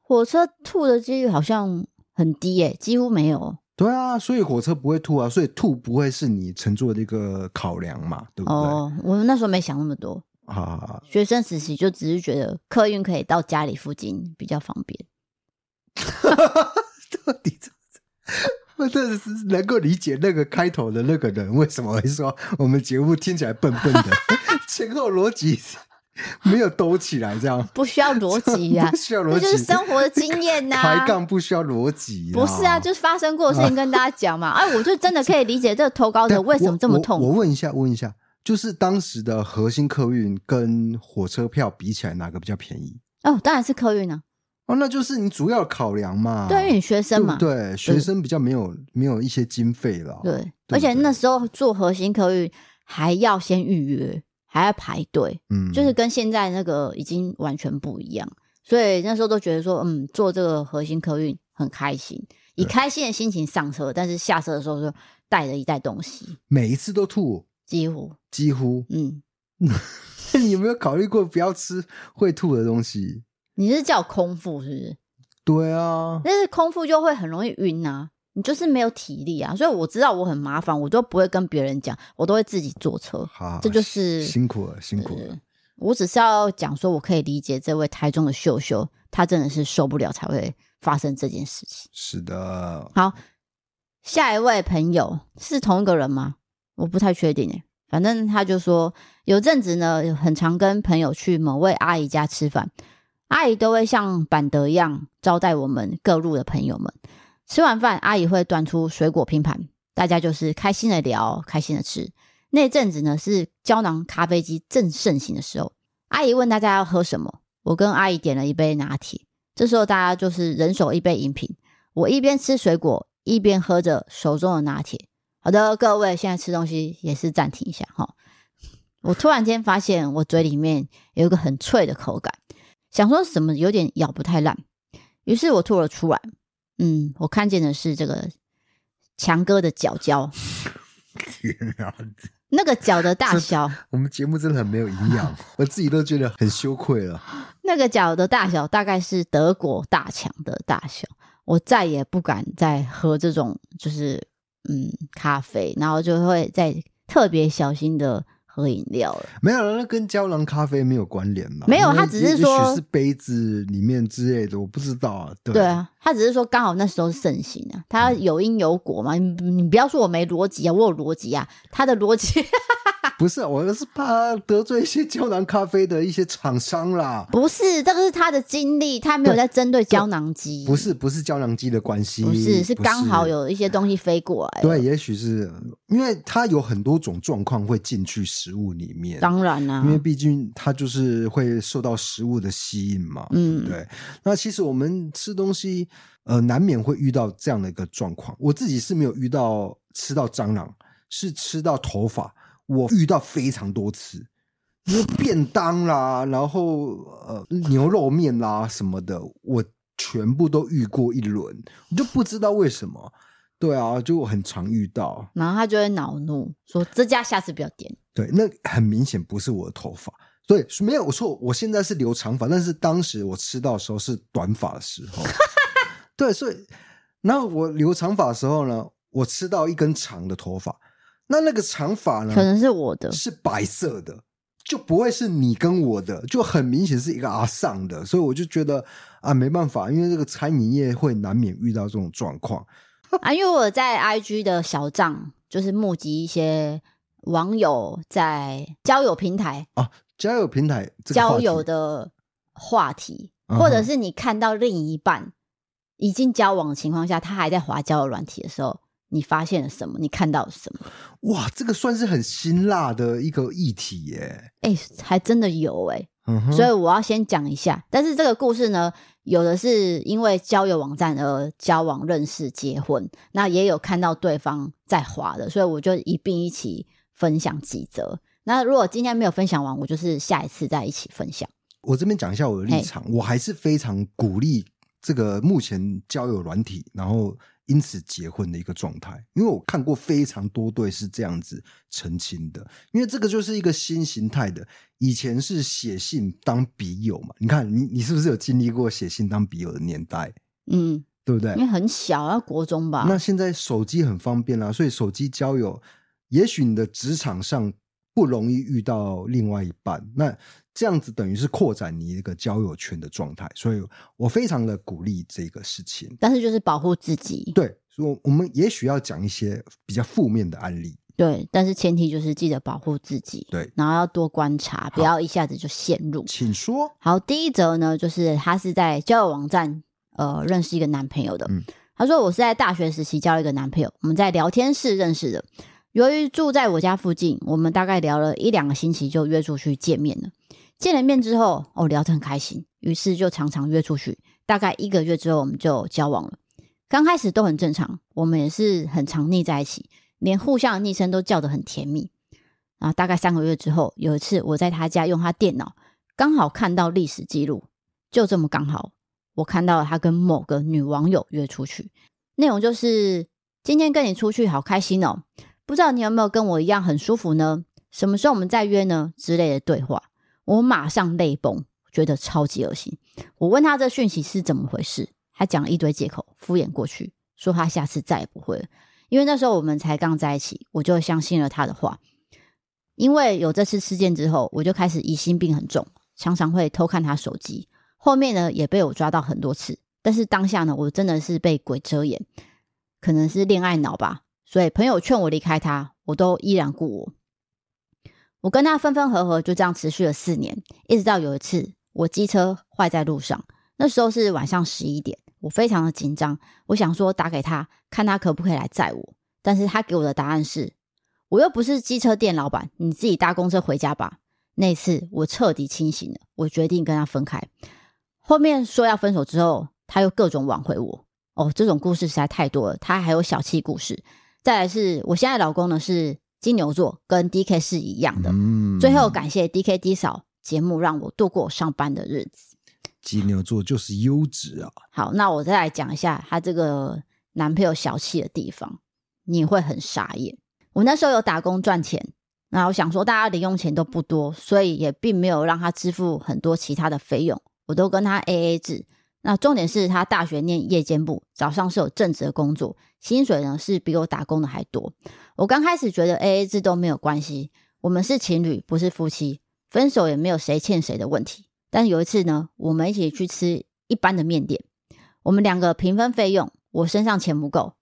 [SPEAKER 3] 火车吐的几率好像很低耶、几乎没有
[SPEAKER 4] 对啊，所以火车不会吐啊，所以吐不会是你乘坐的一个考量嘛，对不对？
[SPEAKER 3] 哦。我那时候没想那么多，
[SPEAKER 4] 啊，
[SPEAKER 3] 学生时期就只是觉得客运可以到家里附近比较方便。
[SPEAKER 4] 到底这？我真的是能够理解那个开头的那个人为什么会说我们节目听起来笨
[SPEAKER 3] <laughs>
[SPEAKER 4] 笨的，前后逻辑没有兜起来，这样
[SPEAKER 3] 不需要逻辑呀、
[SPEAKER 4] <laughs> 不需要逻
[SPEAKER 3] 这
[SPEAKER 4] 辑，
[SPEAKER 3] 就是生活的经验
[SPEAKER 4] <laughs>
[SPEAKER 3] 呐、
[SPEAKER 4] 抬杠不需要逻辑、
[SPEAKER 3] 不是啊，就是发生过的事情跟大家讲
[SPEAKER 4] <laughs>
[SPEAKER 3] 嘛。哎，我就真的可以理解这个头高
[SPEAKER 4] 对
[SPEAKER 3] 者为什么这么
[SPEAKER 4] 我我
[SPEAKER 3] 痛。
[SPEAKER 4] 我问一下，问一下，就是当时的核心客运跟火车票比起来，哪个比较便宜？
[SPEAKER 3] 哦，当然是客运啊，
[SPEAKER 4] 哦，那就是你主要考量嘛，
[SPEAKER 3] 对，因为你学
[SPEAKER 4] 对
[SPEAKER 3] 生
[SPEAKER 4] 不
[SPEAKER 3] 嘛，
[SPEAKER 4] 啊对？学生比较没有没有一些经费了，
[SPEAKER 3] 对，
[SPEAKER 4] 对
[SPEAKER 3] 而且那时候做核心客运还要先预约，还要排队，
[SPEAKER 4] 嗯，
[SPEAKER 3] 就是跟现在那个已经完全不一样。所以那时候都觉得说，嗯，做这个核心客运很开心，以
[SPEAKER 4] 对
[SPEAKER 3] 开心的心情上车，但是下车的时候就带了一袋东西，
[SPEAKER 4] 每一次都吐，
[SPEAKER 3] 几乎，
[SPEAKER 4] 几乎。
[SPEAKER 3] 嗯，
[SPEAKER 4] <laughs> 你有没有考虑过不要吃会吐的东西？
[SPEAKER 3] 你是叫空腹是不是？
[SPEAKER 4] 对啊，
[SPEAKER 3] 但是空腹就会很容易晕啊，你就是没有体力啊，所以我知道我很麻烦，我都不会跟别人讲，我都会自己坐车。
[SPEAKER 4] 好，
[SPEAKER 3] 这就是
[SPEAKER 4] 辛苦了，辛苦了
[SPEAKER 3] 对。我只是要讲说，我可以理解这位台中的秀秀，她真的是受不了才会发生这件事情。
[SPEAKER 4] 是的，
[SPEAKER 3] 好，下一位朋友是同一个人吗？我不太确定诶、反正他就说，有阵子呢，很常跟朋友去某位阿姨家吃饭，阿姨都会像板德一样招待我们各路的朋友们。吃完饭，阿姨会端出水果拼盘，大家就是开心的聊，开心的吃。那阵子呢，是胶囊咖啡机正盛行的时候，阿姨问大家要喝什么，我跟阿姨点了一杯拿铁。这时候大家就是人手一杯饮品，我一边吃水果，一边喝着手中的拿铁。好的，各位，现在吃东西也是暂停一下哈。我突然间发现我嘴里面有一个很脆的口感，想说什么有点咬不太烂，于是我吐了出来。嗯，我看见的是这个强哥的脚脚，
[SPEAKER 4] 天啊，
[SPEAKER 3] 那个脚的大小，
[SPEAKER 4] 我们节目真的很没有营
[SPEAKER 3] <laughs>
[SPEAKER 4] 养，我自己都觉得很羞愧了。
[SPEAKER 3] 那个脚的大小大概是德国大强的大小，我再也不敢再喝这种就是嗯咖啡，然后就会在特别小心的喝饮料了。
[SPEAKER 4] 没有了，那跟胶囊咖啡没有关联嘛？
[SPEAKER 3] 没有
[SPEAKER 4] 因为
[SPEAKER 3] 他只是
[SPEAKER 4] 也许
[SPEAKER 3] 说
[SPEAKER 4] 是杯子里面之类的，我不知道啊。对嗯
[SPEAKER 3] 对啊，他只是说刚好那时候盛行啊，他有因有果嘛。你你不要说我没逻辑啊，我有逻辑啊。他的逻
[SPEAKER 4] <laughs>
[SPEAKER 3] 辑
[SPEAKER 4] 不是，我是怕得罪一些胶囊咖啡的一些厂商啦。
[SPEAKER 3] 不是，这个是他的经历，他没有在针对胶囊机，
[SPEAKER 4] 不是，不是胶囊机的关系，
[SPEAKER 3] 不是，是刚好。有一些东西飞过来。
[SPEAKER 4] 对，，也许是因为它有很多种状况会进去食物里面，
[SPEAKER 3] 当然啊啦、
[SPEAKER 4] 因为毕竟它就是会受到食物的吸引嘛，
[SPEAKER 3] 嗯
[SPEAKER 4] 对不对？那其实我们吃东西，呃，难免会遇到这样的一个状况。我自己是没有遇到吃到蟑螂，是吃到头发，我遇到非常多次。就是便当啦，然后呃牛肉面啦什么的，我全部都遇过一轮，我就不知道为什么。对啊，就我很常遇到。
[SPEAKER 3] 然后他就会恼怒说：“这家下次不要点。
[SPEAKER 4] 对，那很明显不是我的头发。对，没有我错，我现在是留长发，但是当时我吃到的时候是短发的时
[SPEAKER 3] <laughs>
[SPEAKER 4] 候。对，所以然后我留长发的时候呢，我吃到一根长的头发，那那个长发”呢，
[SPEAKER 3] 可能是我的，
[SPEAKER 4] 是白色的，就不会是你跟我的，就很明显是一个阿上的，所以我就觉得啊，没办法，因为这个餐饮业会难免遇到这种状况。
[SPEAKER 3] 啊，因为我在 IG 的小账就是募集一些网友在交友平台
[SPEAKER 4] 交友平台，这个话
[SPEAKER 3] 交
[SPEAKER 4] 题
[SPEAKER 3] 友的话题，
[SPEAKER 4] 嗯哼
[SPEAKER 3] 或者是你看到另一半已经交往的情况下，他还在滑交友软体的时候，你发现了什么？你看到了什么？
[SPEAKER 4] 哇，这个算是很辛辣的一个议题耶。
[SPEAKER 3] 哎、还真的有哎、
[SPEAKER 4] 嗯哼
[SPEAKER 3] 所以我要先讲一下。但是这个故事呢，有的是因为交友网站而交往、认识、结婚，那也有看到对方在滑的，所以我就一并一起分享几则。那如果今天没有分享完，我就是下一次再一起分享。
[SPEAKER 4] 我这边讲一下我的立场，我还是非常鼓励这个目前交友软体，然后因此结婚的一个状态，因为我看过非常多对是这样子澄清的，因为这个就是一个新形态的，以前是写信当笔友嘛，你看你你是不是有经历过写信当笔友的年代，
[SPEAKER 3] 嗯，
[SPEAKER 4] 对不对
[SPEAKER 3] 因？为很小，要国中吧。
[SPEAKER 4] 那现在手机很方便啦、啊所以手机交友，也许你的职场上不容易遇到另外一半，那这样子等于是扩展你一个交友圈的状态，所以我非常的鼓励这个事情。
[SPEAKER 3] 但是就是保护自己，
[SPEAKER 4] 对，所以我我们也许要讲一些比较负面的案例。
[SPEAKER 3] 对，但是前提就是记得保护自己，
[SPEAKER 4] 对，
[SPEAKER 3] 然后要多观察，不要一下子就陷入。
[SPEAKER 4] 请说。
[SPEAKER 3] 好，第一则呢，就是她是在交友网站呃认识一个男朋友的。
[SPEAKER 4] 嗯
[SPEAKER 3] 她说我是在大学时期交了一个男朋友，我们在聊天室认识的。由于住在我家附近，我们大概聊了一两个星期就约出去见面了。见了面之后，哦，聊得很开心，于是就常常约出去。大概一个月之后，我们就交往了。刚开始都很正常，我们也是很常腻在一起，连互相的昵称都叫得很甜蜜。啊，大概三个月之后，有一次我在他家用他电脑刚好看到历史记录，就这么刚好，我看到了他跟某个女网友约出去，内容就是今天跟你出去好开心哦，不知道你有没有跟我一样很舒服呢？什么时候我们再约呢？之类的对话，我马上泪崩，觉得超级恶心。我问他这讯息是怎么回事，他讲了一堆借口，敷衍过去，说他下次再也不会了。因为那时候我们才刚在一起，我就相信了他的话。因为有这次事件之后，我就开始疑心病很重，常常会偷看他手机。后面呢也被我抓到很多次，但是当下呢，我真的是被鬼遮眼，可能是恋爱脑吧。所以朋友劝我离开他，我都依然顾我。我跟他分分合合，就这样持续了四年，一直到有一次我机车坏在路上，那时候是晚上十一点，我非常的紧张，我想说打给他，看他可不可以来载我。但是他给我的答案是，我又不是机车店老板，你自己搭公车回家吧。那次我彻底清醒了，我决定跟他分开。后面说要分手之后，他又各种挽回我。哦，这种故事实在太多了，他还有小气故事。再来是我现在老公呢是金牛座，跟 D K 是一样的。
[SPEAKER 4] 嗯
[SPEAKER 3] 最后感谢 D K D 嫂节目，让我度过上班的日子。
[SPEAKER 4] 金牛座就是优质啊，
[SPEAKER 3] 好，那我再来讲一下她这个男朋友小气的地方，你会很傻眼。我那时候有打工赚钱，那我想说大家零用钱都不多，所以也并没有让他支付很多其他的费用，我都跟他 A A 制。那重点是他大学念夜间部，早上是有正职的工作，薪水呢是比我打工的还多。我刚开始觉得 A A 制都没有关系，我们是情侣，不是夫妻，分手也没有谁欠谁的问题。但有一次呢，我们一起去吃一般的面店，我们两个平分费用，我身上钱不够，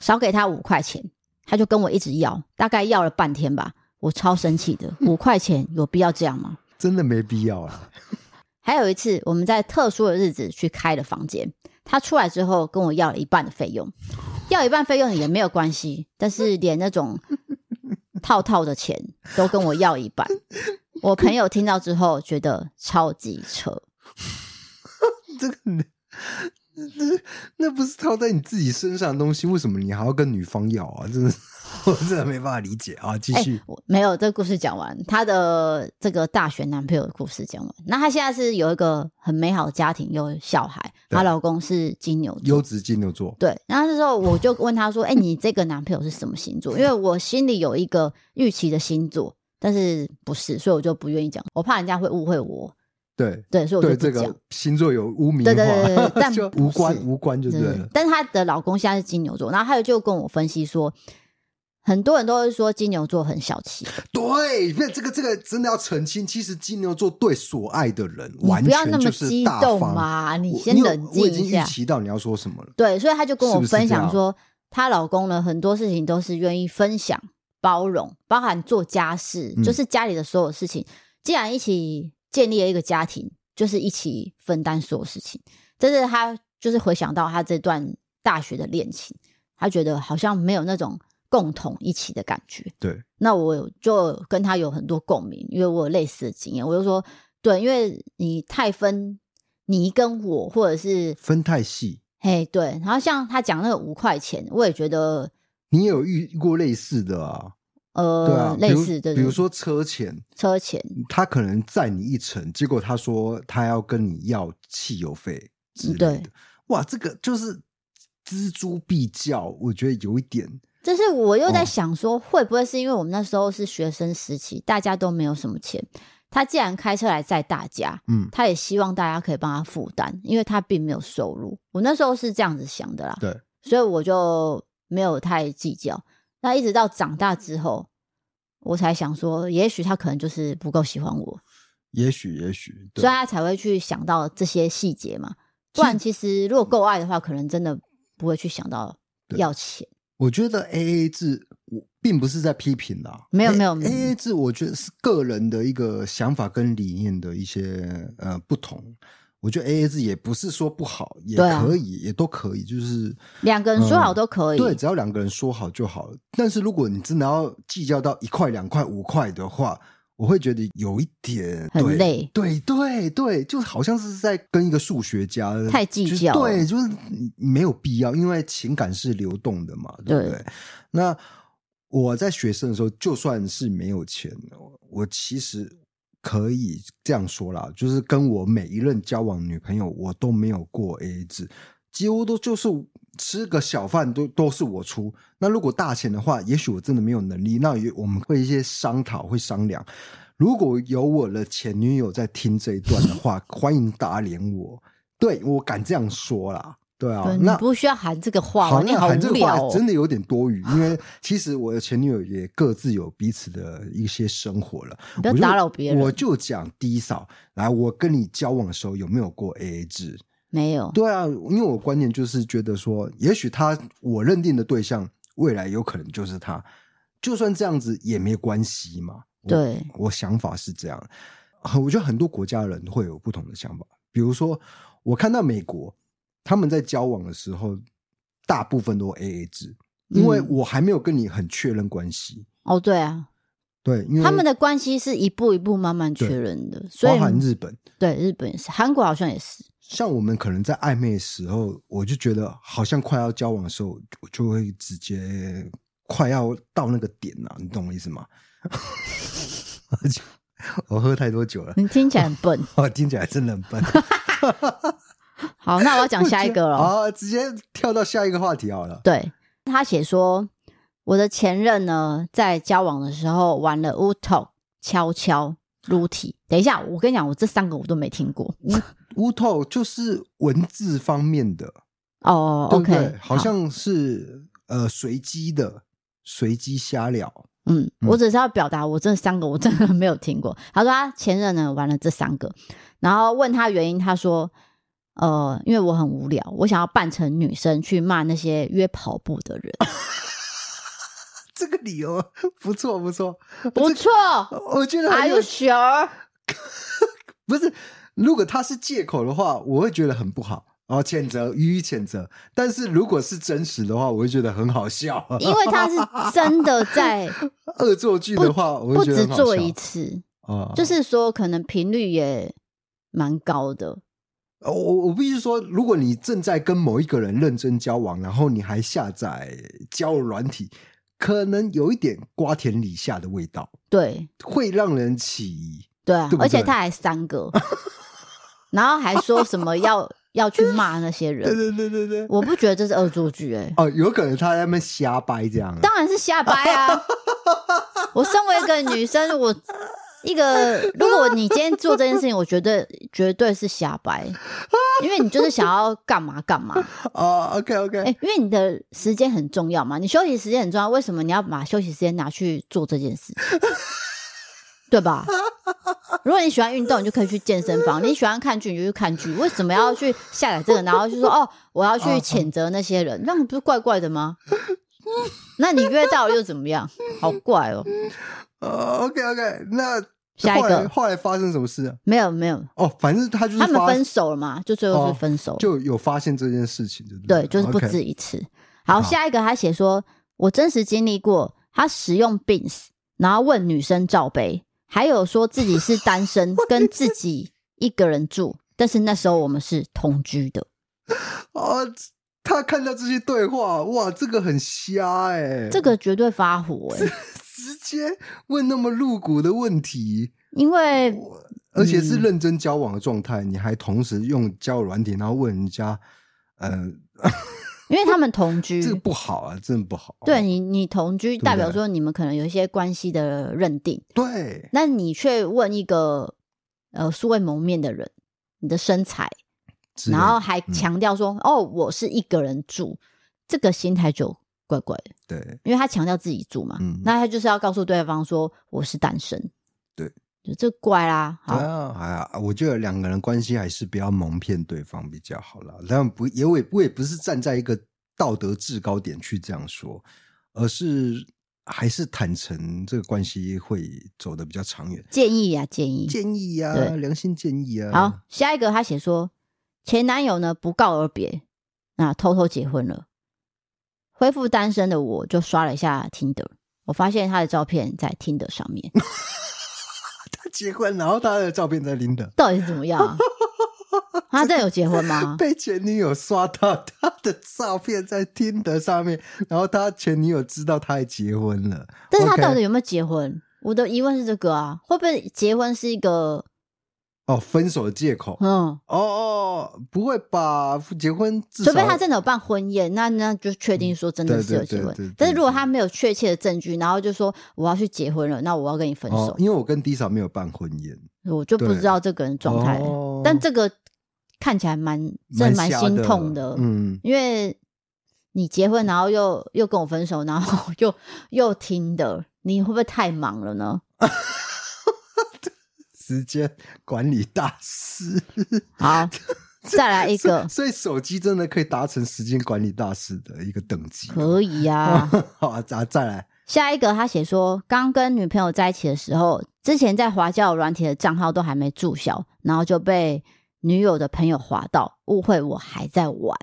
[SPEAKER 3] 少给他五块钱，他就跟我一直要，大概要了半天吧，我超生气的，五块钱有必要这样吗？
[SPEAKER 4] 真的没必要啦。 <laughs>
[SPEAKER 3] 还有一次，我们在特殊的日子去开了房间，他出来之后跟我要了一半的费用，要一半费用也没有关系，但是连那种套套的钱都跟我要一半。我朋友听到之后觉得超级扯，
[SPEAKER 4] 这个你那那不是套在你自己身上的东西，为什么你还要跟女方要啊？真的 <laughs> 是，我真的没办法理解啊！继
[SPEAKER 3] 哎、
[SPEAKER 4] 续，
[SPEAKER 3] 我没有这个故事讲完，她的这个大学男朋友的故事讲完。那她现在是有一个很美好的家庭，有小孩，
[SPEAKER 4] 对
[SPEAKER 3] 她老公是金牛座
[SPEAKER 4] 优质金牛座，
[SPEAKER 3] 对，然后那时候我就问他说：“哎、你这个男朋友是什么星座？”因为我心里有一个预期的星座，但是不是，所以我就不愿意讲，我怕人家会误会我。
[SPEAKER 4] 对
[SPEAKER 3] 对，所以我
[SPEAKER 4] 对，
[SPEAKER 3] 就
[SPEAKER 4] 这
[SPEAKER 3] 不讲
[SPEAKER 4] 个。星座有污名
[SPEAKER 3] 对
[SPEAKER 4] 化，
[SPEAKER 3] 对对
[SPEAKER 4] <laughs>
[SPEAKER 3] 对但
[SPEAKER 4] 就
[SPEAKER 3] 不
[SPEAKER 4] 无关
[SPEAKER 3] 是
[SPEAKER 4] 无关就对了。
[SPEAKER 3] 但是她的老公现在是金牛座，然后他就跟我分析说，很多人都会说金牛座很小气，
[SPEAKER 4] 对，那这个这个真的要澄清，其实金牛座对所爱的人
[SPEAKER 3] 你
[SPEAKER 4] 完
[SPEAKER 3] 不要那
[SPEAKER 4] 全
[SPEAKER 3] 么
[SPEAKER 4] 就是
[SPEAKER 3] 激
[SPEAKER 4] 大
[SPEAKER 3] 动
[SPEAKER 4] 方。
[SPEAKER 3] 嘛，你
[SPEAKER 4] 我
[SPEAKER 3] 先
[SPEAKER 4] 有
[SPEAKER 3] 冷
[SPEAKER 4] 我
[SPEAKER 3] 静
[SPEAKER 4] 已经
[SPEAKER 3] 一
[SPEAKER 4] 预
[SPEAKER 3] 下。
[SPEAKER 4] 期到你要说什么了。
[SPEAKER 3] 对，所以她就跟我
[SPEAKER 4] 是不是
[SPEAKER 3] 分
[SPEAKER 4] 这
[SPEAKER 3] 享
[SPEAKER 4] 样
[SPEAKER 3] 说，她老公呢很多事情都是愿意分享、包容，包含做家事，
[SPEAKER 4] 嗯
[SPEAKER 3] 就是家里的所有事情。既然一起建立了一个家庭，就是一起分担所有事情。但是她就是回想到她这段大学的恋情，她觉得好像没有那种共同一起的感觉。
[SPEAKER 4] 对，
[SPEAKER 3] 那我就跟他有很多共鸣，因为我有类似的经验。我就说，对，因为你太分你跟我，或者是
[SPEAKER 4] 分太细，
[SPEAKER 3] 嘿，对，然后像他讲那个五块钱，我也觉得
[SPEAKER 4] 你也有遇过类似的啊？对
[SPEAKER 3] 呃、
[SPEAKER 4] 啊，比
[SPEAKER 3] 类
[SPEAKER 4] 如
[SPEAKER 3] 似的，
[SPEAKER 4] 比如说车钱，
[SPEAKER 3] 车钱，
[SPEAKER 4] 他可能载你一程，结果他说他要跟你要汽油费之类
[SPEAKER 3] 嗯对
[SPEAKER 4] 的。哇，这个就是锱铢必较，我觉得有一点
[SPEAKER 3] 就是我又在
[SPEAKER 4] 哦
[SPEAKER 3] 想说，会不会是因为我们那时候是学生时期，大家都没有什么钱，他既然开车来载大家，
[SPEAKER 4] 嗯
[SPEAKER 3] 他也希望大家可以帮他负担，因为他并没有收入。我那时候是这样子想的啦，
[SPEAKER 4] 对，
[SPEAKER 3] 所以我就没有太计较。那一直到长大之后，我才想说，也许他可能就是不够喜欢我，
[SPEAKER 4] 也许也许，
[SPEAKER 3] 所以
[SPEAKER 4] 对，
[SPEAKER 3] 他才会去想到这些细节嘛。不然，其实如果够爱的话，可能真的不会去想到
[SPEAKER 4] 对
[SPEAKER 3] 要钱。
[SPEAKER 4] 我觉得 A A 制我并不是在批评啦，
[SPEAKER 3] 没有没有没有
[SPEAKER 4] A A 制，我觉得是个人的一个想法跟理念的一些呃不同。我觉得 A A 制也不是说不好，也
[SPEAKER 3] 对啊
[SPEAKER 4] 可以，也都可以，就是
[SPEAKER 3] 两个人说好
[SPEAKER 4] 嗯
[SPEAKER 3] 都可以，
[SPEAKER 4] 对，只要两个人说好就好了。但是如果你真的要计较到一块、两块、五块的话，我会觉得有一点
[SPEAKER 3] 很
[SPEAKER 4] 对
[SPEAKER 3] 累
[SPEAKER 4] 对对对，就好像是在跟一个数学家
[SPEAKER 3] 太计
[SPEAKER 4] 就是
[SPEAKER 3] 较了
[SPEAKER 4] 对，就是你没有必要，因为情感是流动的嘛，对不
[SPEAKER 3] 对
[SPEAKER 4] 对？那我在学生的时候，就算是没有钱，我我其实可以这样说啦，就是跟我每一任交往女朋友，我都没有过 AA 制，几乎都就是吃个小饭都都是我出。那如果大钱的话，也许我真的没有能力，那也我们会一些商讨，会商量。如果有我的前女友在听这一段
[SPEAKER 3] <laughs>
[SPEAKER 4] 的话，欢迎打脸我。对我敢这样说啦，对啊，
[SPEAKER 3] 对，你
[SPEAKER 4] 那
[SPEAKER 3] 不需要喊这个话
[SPEAKER 4] 好，
[SPEAKER 3] 哦，你
[SPEAKER 4] 那
[SPEAKER 3] 好
[SPEAKER 4] 喊这
[SPEAKER 3] 无
[SPEAKER 4] 个话
[SPEAKER 3] 聊哦。
[SPEAKER 4] 真的有点多余，因为其实我的前女友也各自有彼此的一些生活了。
[SPEAKER 3] 你不要
[SPEAKER 4] 我就
[SPEAKER 3] 打扰别人
[SPEAKER 4] 我就讲低嫂，来，我跟你交往的时候有没有过 AA 制？
[SPEAKER 3] 没有，
[SPEAKER 4] 对啊，因为我观念就是觉得说，也许他我认定的对象未来有可能就是他，就算这样子也没关系嘛。我
[SPEAKER 3] 对
[SPEAKER 4] 我想法是这样，很我觉得很多国家的人会有不同的想法。比如说，我看到美国他们在交往的时候，大部分都 A A 制，因为
[SPEAKER 3] 嗯
[SPEAKER 4] 我还没有跟你很确认关系。
[SPEAKER 3] 哦，对啊，
[SPEAKER 4] 对，因为
[SPEAKER 3] 他们的关系是一步一步慢慢确
[SPEAKER 4] 对
[SPEAKER 3] 认的，所
[SPEAKER 4] 包
[SPEAKER 3] 以
[SPEAKER 4] 含日本，
[SPEAKER 3] 对日本也是，韩国好像也是，
[SPEAKER 4] 像我们可能在暧昧的时候，我就觉得好像快要交往的时候，我就会直接快要到那个点了、你懂我意思吗？ <laughs> 我喝太多酒了，
[SPEAKER 3] 你听起来很笨。
[SPEAKER 4] 我听起来真的很笨。
[SPEAKER 3] 好，那我 <laughs> 要讲下一
[SPEAKER 4] <laughs>
[SPEAKER 3] 个了。
[SPEAKER 4] 啊，直接跳到下一个话题好了。
[SPEAKER 3] 对他写说，我的前任呢，在交往的时候玩了 Uto、悄悄、撸体。等一下，我跟你讲，我这三个我都没听过。
[SPEAKER 4] 乌透就是文字方面的，
[SPEAKER 3] 哦
[SPEAKER 4] 对不对
[SPEAKER 3] ，OK，
[SPEAKER 4] 好像是呃随机的，随机瞎聊。
[SPEAKER 3] 嗯，我只是要表达我这三个我真的没有听过。他说他前任呢玩了这三个，然后问他原因，他说，呃，因为我很无聊，我想要扮成女生去骂那些约跑步的人。
[SPEAKER 4] 啊这个理由 <laughs> 不错不错，
[SPEAKER 3] 不错哎
[SPEAKER 4] 这个我觉得
[SPEAKER 3] ，Are
[SPEAKER 4] 很有
[SPEAKER 3] you sure？
[SPEAKER 4] 不是，如果他是借口的话，我会觉得很不好，然后谴责予以谴责。但是如果是真实的话，我会觉得很
[SPEAKER 3] <laughs>
[SPEAKER 4] 好笑。
[SPEAKER 3] 因为他是真的在
[SPEAKER 4] 恶作剧的话，我
[SPEAKER 3] 不
[SPEAKER 4] 会觉
[SPEAKER 3] 止
[SPEAKER 4] 得很好笑
[SPEAKER 3] 做一次，
[SPEAKER 4] 啊，
[SPEAKER 3] 就是说可能频率也蛮高的。
[SPEAKER 4] 呃我我必须说，如果你正在跟某一个人认真交往，然后你还下载交友软体，可能有一点瓜田李下的味道，
[SPEAKER 3] 对
[SPEAKER 4] 会让人起疑。
[SPEAKER 3] 对啊，
[SPEAKER 4] 对不
[SPEAKER 3] 而且
[SPEAKER 4] 对
[SPEAKER 3] 他还三个，然后还说什么
[SPEAKER 4] <laughs>
[SPEAKER 3] 要要去骂那些
[SPEAKER 4] 对
[SPEAKER 3] 人，
[SPEAKER 4] 对对对对，
[SPEAKER 3] 我不觉得这是恶作剧哎、
[SPEAKER 4] 哦，有可能他在那边瞎掰这样。
[SPEAKER 3] 当然是瞎掰
[SPEAKER 4] <laughs>
[SPEAKER 3] 啊！我身为一个女生，我一个如果你今天做这件事情，我绝对绝对是瞎
[SPEAKER 4] <laughs>
[SPEAKER 3] 掰，因为你就是想要干嘛干嘛。
[SPEAKER 4] 啊，OK OK，
[SPEAKER 3] 哎、因为你的时间很重要嘛，你休息时间很重要，为什么你要把休息时间拿去做这件事情？对吧？如果你喜欢运动，你就可以去健身房；你喜欢看剧，你就去看剧。为什么要去下载这个，然后就说哦，我要去谴责那些人？那你不是怪怪的吗？那你约到了又怎么样？好怪哦！
[SPEAKER 4] 呃，OK OK，那
[SPEAKER 3] 下一
[SPEAKER 4] 后来
[SPEAKER 3] 个
[SPEAKER 4] 后来发生什么事啊？
[SPEAKER 3] 没有没有，
[SPEAKER 4] 哦，反正他就是
[SPEAKER 3] 他们
[SPEAKER 4] 发
[SPEAKER 3] 分手了嘛，就最后
[SPEAKER 4] 哦
[SPEAKER 3] 是分手了。
[SPEAKER 4] 就有发现这件事情，就对
[SPEAKER 3] 对，
[SPEAKER 4] 了
[SPEAKER 3] 就是不
[SPEAKER 4] 嗯 OK
[SPEAKER 3] 止一次。好，
[SPEAKER 4] 好
[SPEAKER 3] 下一个他写说，我真实经历过，他使用 Bins，然后问女生罩杯，还有说自己是单
[SPEAKER 4] <laughs>
[SPEAKER 3] 身，跟自己一个人住，但是那时候我们是同居的，
[SPEAKER 4] 啊。他看到这些对话，哇，这个很瞎哎、
[SPEAKER 3] 这个绝对发火哎、
[SPEAKER 4] 直接问那么露骨的问题，
[SPEAKER 3] 因为
[SPEAKER 4] 而且
[SPEAKER 3] 嗯
[SPEAKER 4] 是认真交往的状态，你还同时用交友软体，然后问人家，呃，
[SPEAKER 3] 嗯因为他们同居
[SPEAKER 4] 这。个不好啊，真的不好。
[SPEAKER 3] 对你，你同居
[SPEAKER 4] 不
[SPEAKER 3] 代表
[SPEAKER 4] 对
[SPEAKER 3] 说你们可能有一些关系的认定，
[SPEAKER 4] 对，
[SPEAKER 3] 那你却问一个呃素未谋面的人你的身材，
[SPEAKER 4] 之类
[SPEAKER 3] 然
[SPEAKER 4] 的嗯
[SPEAKER 3] 后还强调说：“哦，我是一个人住。”这个心态就怪怪的，
[SPEAKER 4] 对
[SPEAKER 3] 因为他强调自己住嘛，
[SPEAKER 4] 嗯
[SPEAKER 3] 那他就是要告诉对方说我是单身。
[SPEAKER 4] 对，
[SPEAKER 3] 就这怪啦。好，
[SPEAKER 4] 啊，哎呀，我觉得两个人关系还是不要蒙骗对方比较好啦。但不，也我也我也不是站在一个道德制高点去这样说，而是还是坦诚，这个关系会走得比较长远。
[SPEAKER 3] 建议呀、建议。
[SPEAKER 4] 建议呀、
[SPEAKER 3] 嗯对
[SPEAKER 4] 良心建议啊。
[SPEAKER 3] 好，下一个他写说，前男友呢不告而别，那偷偷结婚了。恢复单身的我就刷了一下 Tinder，我发现他的照片在 Tinder 上面，
[SPEAKER 4] 他结婚，然后他的照片在林的。
[SPEAKER 3] 到底是怎么样、
[SPEAKER 4] <laughs>
[SPEAKER 3] 啊？他真的有结婚吗？
[SPEAKER 4] 被前女友刷到他的照片在听得上面，然后他前女友知道他还结婚了，
[SPEAKER 3] 但是他
[SPEAKER 4] OK
[SPEAKER 3] 到底有没有结婚？我的疑问是这个啊，会不会结婚是一个
[SPEAKER 4] 哦，分手的借口
[SPEAKER 3] 嗯，
[SPEAKER 4] 哦哦，不会吧？结婚至
[SPEAKER 3] 除
[SPEAKER 4] 少
[SPEAKER 3] 非他真的有办婚宴，那那就确定说真的是有结
[SPEAKER 4] 对对对
[SPEAKER 3] 婚
[SPEAKER 4] 对。
[SPEAKER 3] 但是如果他没有确切的证据，然后就说我要去结婚了，那我要跟你分
[SPEAKER 4] 哦
[SPEAKER 3] 手，，
[SPEAKER 4] 因为我跟 D 嫂没有办婚宴，
[SPEAKER 3] 我就不知道这个人状态
[SPEAKER 4] 哦。
[SPEAKER 3] 但这个看起来蛮真的蛮
[SPEAKER 4] 瞎
[SPEAKER 3] 心痛的，
[SPEAKER 4] 嗯，
[SPEAKER 3] 因为你结婚然后又又跟我分手，然后 <laughs> 又又听的，你会不会太忙了呢？
[SPEAKER 4] 时间管理大师。 <laughs>
[SPEAKER 3] 好，再来 <laughs> 一个，
[SPEAKER 4] 所以手机真的可以达成时间管理大师的一个等级。
[SPEAKER 3] 可以呀、啊。
[SPEAKER 4] <laughs> 好啊，再再来，
[SPEAKER 3] 下一个，他写说，刚跟女朋友在一起的时候，之前在华教软体的账号都还没注销，然后就被女友的朋友划到，误会我还在玩。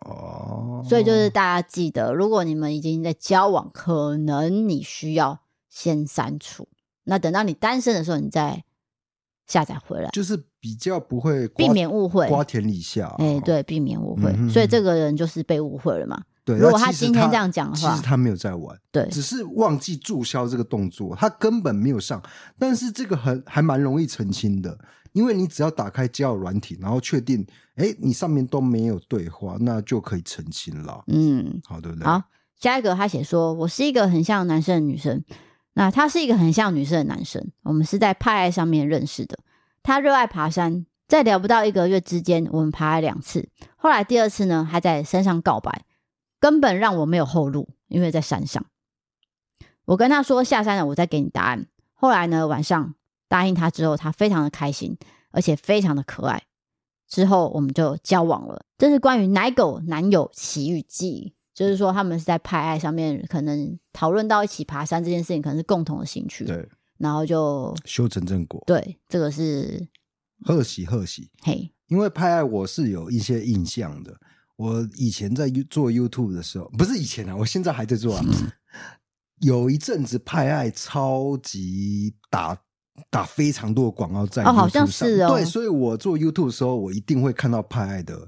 [SPEAKER 4] 哦，
[SPEAKER 3] 所以就是大家记得，如果你们已经在交往，可能你需要先删除，那等到你单身的时候，你再下载回来，
[SPEAKER 4] 就是比较不会瓜
[SPEAKER 3] 避免误会。
[SPEAKER 4] 瓜田李下。啊
[SPEAKER 3] 哎、，对，避免误会。
[SPEAKER 4] 嗯哼
[SPEAKER 3] 所以这个人就是被误会了嘛。
[SPEAKER 4] 对。
[SPEAKER 3] 如果
[SPEAKER 4] 那
[SPEAKER 3] 他
[SPEAKER 4] 其实
[SPEAKER 3] 今天这样讲的
[SPEAKER 4] 其
[SPEAKER 3] 话
[SPEAKER 4] 实他没有在玩。
[SPEAKER 3] 对，
[SPEAKER 4] 只是忘记注销这个动作，他根本没有上。但是这个很还蛮容易澄清的，因为你只要打开交友软体，然后确定，哎，你上面都没有对话，那就可以澄清了，
[SPEAKER 3] 嗯，
[SPEAKER 4] 好对不对？
[SPEAKER 3] 好，下一个他写说，我是一个很像男生的女生，那他是一个很像女生的男生，我们是在派爱上面认识的。他热爱爬山，在聊不到一个月之间，我们爬了两次，后来第二次呢还在山上告白，根本让我没有后路，因为在山上。我跟他说下山了，我再给你答案。后来呢，晚上答应他之后，他非常的开心，而且非常的可爱。之后我们就交往了。这是关于奶狗男友奇遇记，就是说他们是在派爱上面可能讨论到一起爬山这件事情，可能是共同的兴趣。，
[SPEAKER 4] 对，
[SPEAKER 3] 然后就 <sniffs>
[SPEAKER 4] 修成正果，
[SPEAKER 3] 对这个是
[SPEAKER 4] 贺喜贺喜。
[SPEAKER 3] 嘿，
[SPEAKER 4] 因为拍爱我是有一些印象的。我以前在 You- 做 YouTube 的时候，不是以前啊，我现在还在做啊。有一阵子派爱超级打打非常多的广告在
[SPEAKER 3] 哦好
[SPEAKER 4] YouTube
[SPEAKER 3] 像
[SPEAKER 4] 上
[SPEAKER 3] 是哦
[SPEAKER 4] 对，所以我做 YouTube 的时候，我一定会看到派爱的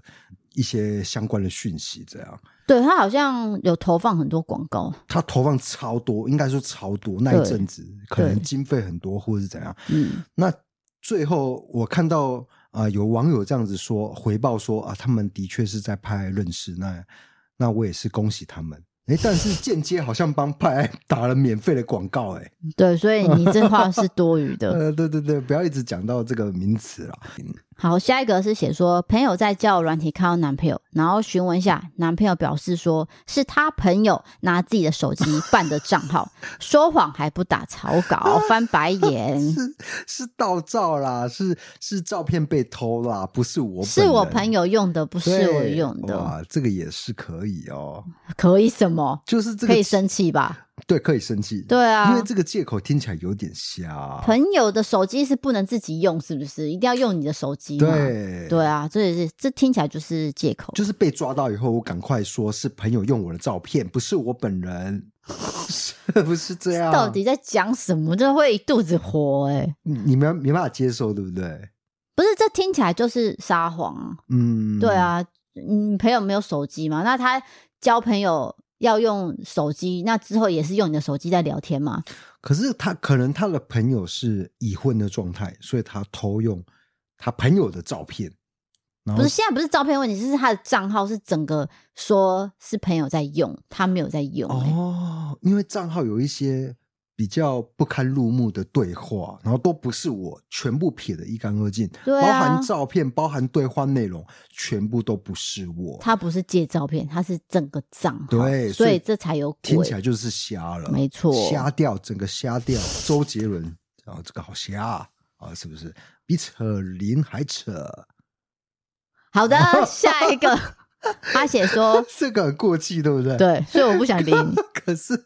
[SPEAKER 4] 一些相关的讯息。这样，
[SPEAKER 3] 对他好像有投放很多广告，
[SPEAKER 4] 他投放超多，应该说超多那一阵子，可能经费很多或者是怎样。
[SPEAKER 3] 嗯，
[SPEAKER 4] 那最后我看到啊、呃有网友这样子说，回报说啊，他们的确是在派爱认识，那那我也是恭喜他们。诶，
[SPEAKER 3] <laughs>
[SPEAKER 4] 但是间接好像帮派爱打了免费的广告、诶。
[SPEAKER 3] 对，所以你这话是多余的。
[SPEAKER 4] 呃，对对对，不要一直讲到这个名词啦。
[SPEAKER 3] 好，下一个是写说朋友在交友软体看到男朋友，然后询问一下，男朋友表示说是他朋友拿自己的
[SPEAKER 4] <laughs>
[SPEAKER 3] 手机办的账号，说谎还不打草稿，翻
[SPEAKER 4] <laughs>
[SPEAKER 3] 白眼。
[SPEAKER 4] 是是盗照啦，是是照片被偷啦，不是我
[SPEAKER 3] 是我
[SPEAKER 4] 本人
[SPEAKER 3] 朋友用的，不是我
[SPEAKER 4] 对
[SPEAKER 3] 用的，
[SPEAKER 4] 哇，这个也是可以哦，
[SPEAKER 3] 可以什么？
[SPEAKER 4] 就是这个
[SPEAKER 3] 可以生气吧？
[SPEAKER 4] 对，可以生气，
[SPEAKER 3] 对啊
[SPEAKER 4] 因为这个借口听起来有点瞎，
[SPEAKER 3] 朋友的手机是不能自己用，是不是？一定要用你的手机嘛？
[SPEAKER 4] 对
[SPEAKER 3] 对啊，这也是这听起来就是借口。
[SPEAKER 4] 就是被抓到以后，我赶快说是朋友用我的照片，不是我本人， <laughs> 是不是这样？
[SPEAKER 3] 到底在讲什么？这会一肚子火哎、
[SPEAKER 4] 你你们没办法接受，对不对？
[SPEAKER 3] 不是，这听起来就是撒谎啊！
[SPEAKER 4] 嗯，
[SPEAKER 3] 对，啊，你朋友没有手机嘛？那他交朋友要用手机，那之后也是用你的手机在聊天嘛？
[SPEAKER 4] 可是他可能他的朋友是已婚的状态，所以他偷用他朋友的照片，然
[SPEAKER 3] 不
[SPEAKER 4] 后
[SPEAKER 3] 是，现在不是照片问题，是他的账号是整个说是朋友在用，他没有在用、欸。
[SPEAKER 4] 哦，因为账号有一些比较不堪入目的对话，然后都不是我全部撇得一干二净，
[SPEAKER 3] 对啊
[SPEAKER 4] 包含照片，包含对话内容，全部都不是我，
[SPEAKER 3] 他不是借照片，他是整个账号，
[SPEAKER 4] 对
[SPEAKER 3] 所
[SPEAKER 4] 所
[SPEAKER 3] 以
[SPEAKER 4] 以
[SPEAKER 3] 这才有鬼。
[SPEAKER 4] 听起来就是瞎了，
[SPEAKER 3] 没错
[SPEAKER 4] 瞎掉，整个瞎掉。周杰伦，哦，这个好瞎啊，啊是不是？比扯铃还扯，
[SPEAKER 3] 好
[SPEAKER 4] <laughs>
[SPEAKER 3] 的，下一个，他写说，
[SPEAKER 4] 这个很过气，对不对？。
[SPEAKER 3] 对，所以我不想理
[SPEAKER 4] <laughs>
[SPEAKER 3] 你，
[SPEAKER 4] 可是，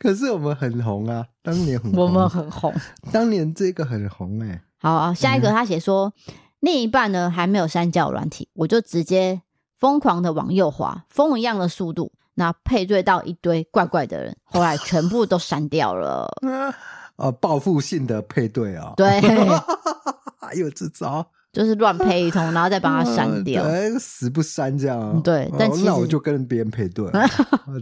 [SPEAKER 4] 可是我们很红啊，当年很红，
[SPEAKER 3] 我们很红。
[SPEAKER 4] 当年这个很红哎、
[SPEAKER 3] 好、啊，下
[SPEAKER 4] 嗯
[SPEAKER 3] 一个他写说，另一半呢还没有删交友软体，我就直接疯狂的往右滑，风一样的速度，那配对到一堆怪怪的人，后来全部都删掉了。
[SPEAKER 4] 啊，呃，报复性的配对啊、 <laughs>
[SPEAKER 3] 对， <laughs>
[SPEAKER 4] 还有这招，
[SPEAKER 3] 就是乱配一通，然后再把它删掉。
[SPEAKER 4] 哦对死不删这样啊、
[SPEAKER 3] 嗯对但
[SPEAKER 4] 哦
[SPEAKER 3] 其
[SPEAKER 4] 那我
[SPEAKER 3] 实
[SPEAKER 4] 就跟别人配对
[SPEAKER 3] <laughs>
[SPEAKER 4] 啊、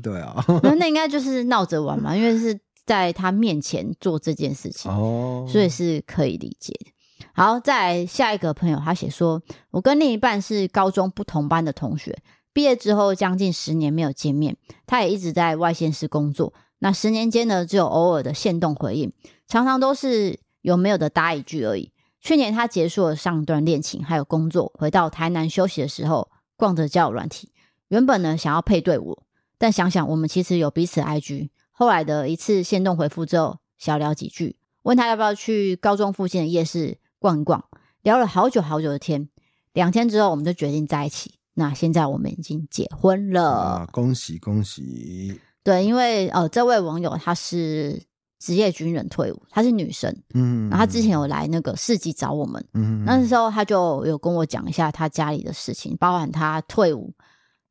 [SPEAKER 4] 对啊，
[SPEAKER 3] 那那应该就是闹着玩嘛，因为是在他面前做这件事情。
[SPEAKER 4] 哦，
[SPEAKER 3] 所以是可以理解的。好，再来下一个朋友，他写说，我跟另一半是高中不同班的同学，毕业之后将近十年没有见面，他也一直在外县市工作。那十年间呢，只有偶尔的限动回应，常常都是有没有的搭一句而已。去年他结束了上段恋情，还有工作，回到台南休息的时候，逛着交友软体，原本呢想要配对我，但想想我们其实有彼此 IG。后来的一次限动回复之后，小聊几句，问他要不要去高中附近的夜市逛一逛，聊了好久好久的天。两天之后，我们就决定在一起。那现在我们已经结婚了
[SPEAKER 4] 啊，。恭喜恭喜，
[SPEAKER 3] 对，因为呃，这位网友她是职业军人退伍，她是女生，
[SPEAKER 4] 嗯，
[SPEAKER 3] 然后她之前有来那个市集找我们，
[SPEAKER 4] 嗯，嗯
[SPEAKER 3] 那时候她就有跟我讲一下她家里的事情，包含她退伍，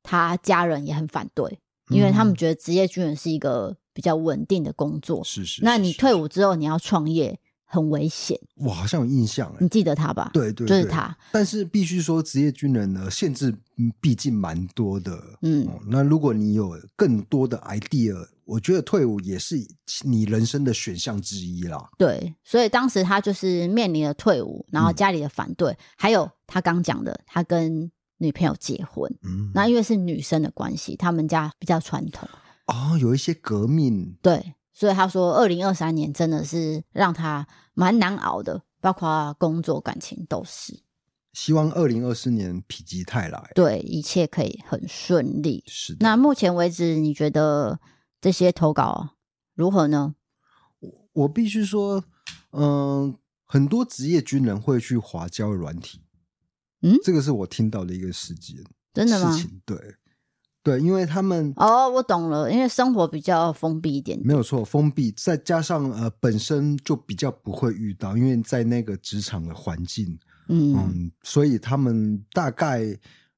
[SPEAKER 3] 她家人也很反对，因为他们
[SPEAKER 4] 嗯
[SPEAKER 3] 觉得职业军人是一个比较稳定的工作，
[SPEAKER 4] 是是，
[SPEAKER 3] 那
[SPEAKER 4] 是
[SPEAKER 3] 你
[SPEAKER 4] 是
[SPEAKER 3] 退伍之后你要创业很危险，
[SPEAKER 4] 我好像有印象哎、
[SPEAKER 3] 你记得他吧？
[SPEAKER 4] 对
[SPEAKER 3] 嗯
[SPEAKER 4] 对，
[SPEAKER 3] 就是
[SPEAKER 4] 对
[SPEAKER 3] 他。
[SPEAKER 4] 但是必须说，职业军人呢限制嗯毕竟蛮多的。
[SPEAKER 3] 嗯
[SPEAKER 4] 哦，那如果你有更多的 idea，我觉得退伍也是你人生的选项之一啦。
[SPEAKER 3] 对，所以当时他就是面临了退伍，然
[SPEAKER 4] 嗯
[SPEAKER 3] 后家里的反对，还有他刚讲的，他跟女朋友结婚，
[SPEAKER 4] 嗯，
[SPEAKER 3] 那因为是女生的关系，他们家比较传统，
[SPEAKER 4] 哦，有一些革命
[SPEAKER 3] 对，所以他说二零二三年真的是让他蛮难熬的，包括工作、感情都是。
[SPEAKER 4] 希望二零二四年否极泰来。
[SPEAKER 3] 对，一切可以很顺利。
[SPEAKER 4] 是的，
[SPEAKER 3] 那目前为止，你觉得这些投稿如何呢？
[SPEAKER 4] 我必须说，嗯、很多职业军人会去滑交友软体，
[SPEAKER 3] 嗯
[SPEAKER 4] 这个是我听到的一个事件，
[SPEAKER 3] 真的吗
[SPEAKER 4] 事？情对，对，因为他们
[SPEAKER 3] 哦，我懂了，因为生活比较封闭一点
[SPEAKER 4] 没有错，封闭，再加上呃本身就比较不会遇到，因为在那个职场的环境，
[SPEAKER 3] 嗯，
[SPEAKER 4] 嗯，所以他们大概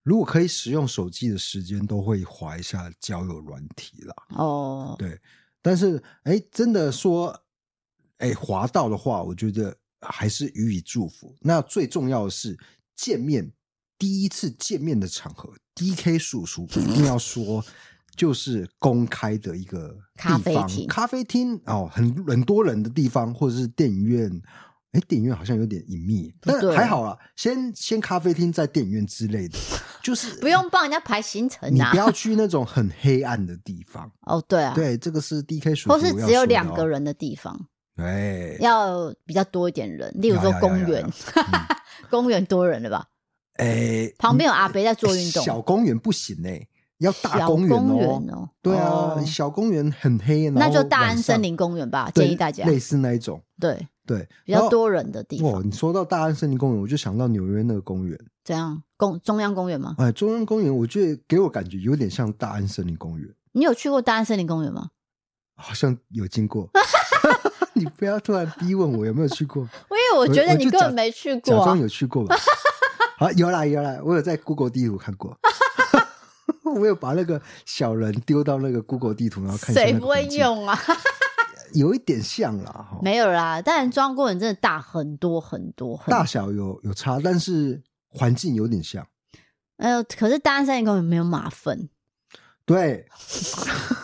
[SPEAKER 4] 如果可以使用手机的时间，都会滑一下交友软体啦。
[SPEAKER 3] 哦，
[SPEAKER 4] 对，但是哎，真的说，哎，滑到的话，我觉得还是予以祝福。那最重要的是见面，第一次见面的场合，D K 叔叔一定要说，就是公开的一个
[SPEAKER 3] 咖
[SPEAKER 4] 地
[SPEAKER 3] 啡
[SPEAKER 4] 方
[SPEAKER 3] 厅
[SPEAKER 4] 咖啡厅哦，很很多人的地方，或者是电影院。哎，电影院好像有点隐秘，
[SPEAKER 3] 不
[SPEAKER 4] 但
[SPEAKER 3] 对
[SPEAKER 4] 还好啦。先先咖啡厅，再电影院之类
[SPEAKER 3] <laughs>
[SPEAKER 4] 的，就是
[SPEAKER 3] 不用帮人家排行程
[SPEAKER 4] 你
[SPEAKER 3] 啊
[SPEAKER 4] 不。要去那种很黑暗的地方。
[SPEAKER 3] 哦，对 <laughs> 啊，
[SPEAKER 4] 对，这个是 D K 叔叔，
[SPEAKER 3] 或是只有
[SPEAKER 4] 哦
[SPEAKER 3] 两个，人的地方，
[SPEAKER 4] 哎，
[SPEAKER 3] 要比较多一点人，例如说
[SPEAKER 4] 要要要
[SPEAKER 3] 公
[SPEAKER 4] 要
[SPEAKER 3] 园
[SPEAKER 4] 要嗯，
[SPEAKER 3] <laughs> 公园多人了吧？
[SPEAKER 4] 哎，
[SPEAKER 3] 旁边有阿伯在做运动，
[SPEAKER 4] 小公园不行哎，要大
[SPEAKER 3] 小
[SPEAKER 4] 公
[SPEAKER 3] 园
[SPEAKER 4] 园
[SPEAKER 3] 哦
[SPEAKER 4] 对啊，
[SPEAKER 3] 哦
[SPEAKER 4] 小公园很黑，然后
[SPEAKER 3] 那就大
[SPEAKER 4] 晚
[SPEAKER 3] 安
[SPEAKER 4] 上
[SPEAKER 3] 森林公园吧，
[SPEAKER 4] 对
[SPEAKER 3] 建议大家
[SPEAKER 4] 类似那一种，
[SPEAKER 3] 对
[SPEAKER 4] 对，
[SPEAKER 3] 比较多
[SPEAKER 4] 人
[SPEAKER 3] 人的地
[SPEAKER 4] 哇，
[SPEAKER 3] 方，
[SPEAKER 4] 你说到大安森林公园，我就想到纽约那个公园，
[SPEAKER 3] 这样公中央公园吗？
[SPEAKER 4] 哎，中央公园，我觉得给我感觉有点像大安森林公园，
[SPEAKER 3] 你有去过大安森林公园吗？
[SPEAKER 4] 好像有经
[SPEAKER 3] <laughs>
[SPEAKER 4] 过。 <laughs> 你不要突然逼问我有没有去过，
[SPEAKER 3] 因为我觉得
[SPEAKER 4] 我
[SPEAKER 3] 你
[SPEAKER 4] 就
[SPEAKER 3] 根
[SPEAKER 4] 假
[SPEAKER 3] 本没去
[SPEAKER 4] 假
[SPEAKER 3] 过啊
[SPEAKER 4] 装，有去
[SPEAKER 3] <laughs>
[SPEAKER 4] 过吧。啊，有啦有啦，我有在 Google 地图看过， <laughs> 我有把那个小人丢到那个 Google 地图，然后看一下那
[SPEAKER 3] 谁
[SPEAKER 4] 个
[SPEAKER 3] 不会
[SPEAKER 4] 痕迹，
[SPEAKER 3] 用啊？ <laughs>
[SPEAKER 4] 有一点像啦，哈，
[SPEAKER 3] 没有啦，但中央公园真的大很多很多很
[SPEAKER 4] 大小有有差，但是环境有点像。
[SPEAKER 3] 呃，可是大安森林公园没有马粪，
[SPEAKER 4] 对， <laughs>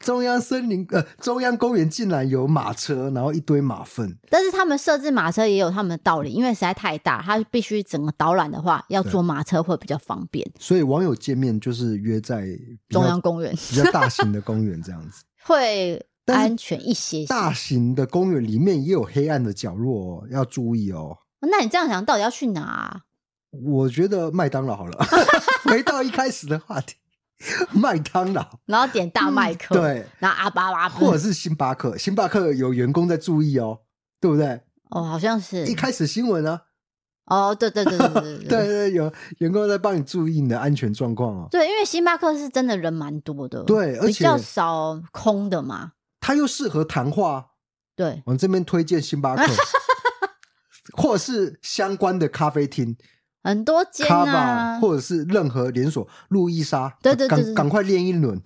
[SPEAKER 4] 中央森林呃中央公园竟然有马车，然后一堆马粪，
[SPEAKER 3] 但是他们设置马车也有他们的道理，因为实在太大，它必须整个导览的话要坐马车会比较方便。
[SPEAKER 4] 所以网友见面就是约在比较
[SPEAKER 3] 中央公园
[SPEAKER 4] 比较大型的公园这样
[SPEAKER 3] <laughs>
[SPEAKER 4] 子。
[SPEAKER 3] 会
[SPEAKER 4] 但是
[SPEAKER 3] 安全一些些。
[SPEAKER 4] 大型的公园里面也有黑暗的角落、哦，要注意哦。
[SPEAKER 3] 那你这样想，到底要去哪啊、
[SPEAKER 4] 我觉得麦当劳好了， <laughs> 回到一开始的话题，麦当劳
[SPEAKER 3] 然后点大麦克，，
[SPEAKER 4] 嗯对，
[SPEAKER 3] 然后阿啊巴拉
[SPEAKER 4] 或者
[SPEAKER 3] 布，
[SPEAKER 4] 是星巴克，星巴克有员工在注意哦，对不对？
[SPEAKER 3] 哦，好像是
[SPEAKER 4] 一，开始新闻啊，
[SPEAKER 3] 哦，对对对对对对
[SPEAKER 4] 对对，有员工在帮你注意你的安全状况哦。
[SPEAKER 3] 对因为星巴克是真的人蛮多的，
[SPEAKER 4] 对而
[SPEAKER 3] 比
[SPEAKER 4] 且
[SPEAKER 3] 较少空的嘛，
[SPEAKER 4] 他又适合谈话，哦
[SPEAKER 3] 对，
[SPEAKER 4] 我们这边推荐星巴克，或者是相关的咖啡厅、
[SPEAKER 3] 很多间
[SPEAKER 4] 咖吧，
[SPEAKER 3] 啊，
[SPEAKER 4] 或者是任何连锁，路易莎，
[SPEAKER 3] 对对对对
[SPEAKER 4] 赶赶快练
[SPEAKER 3] <laughs>
[SPEAKER 4] 一轮。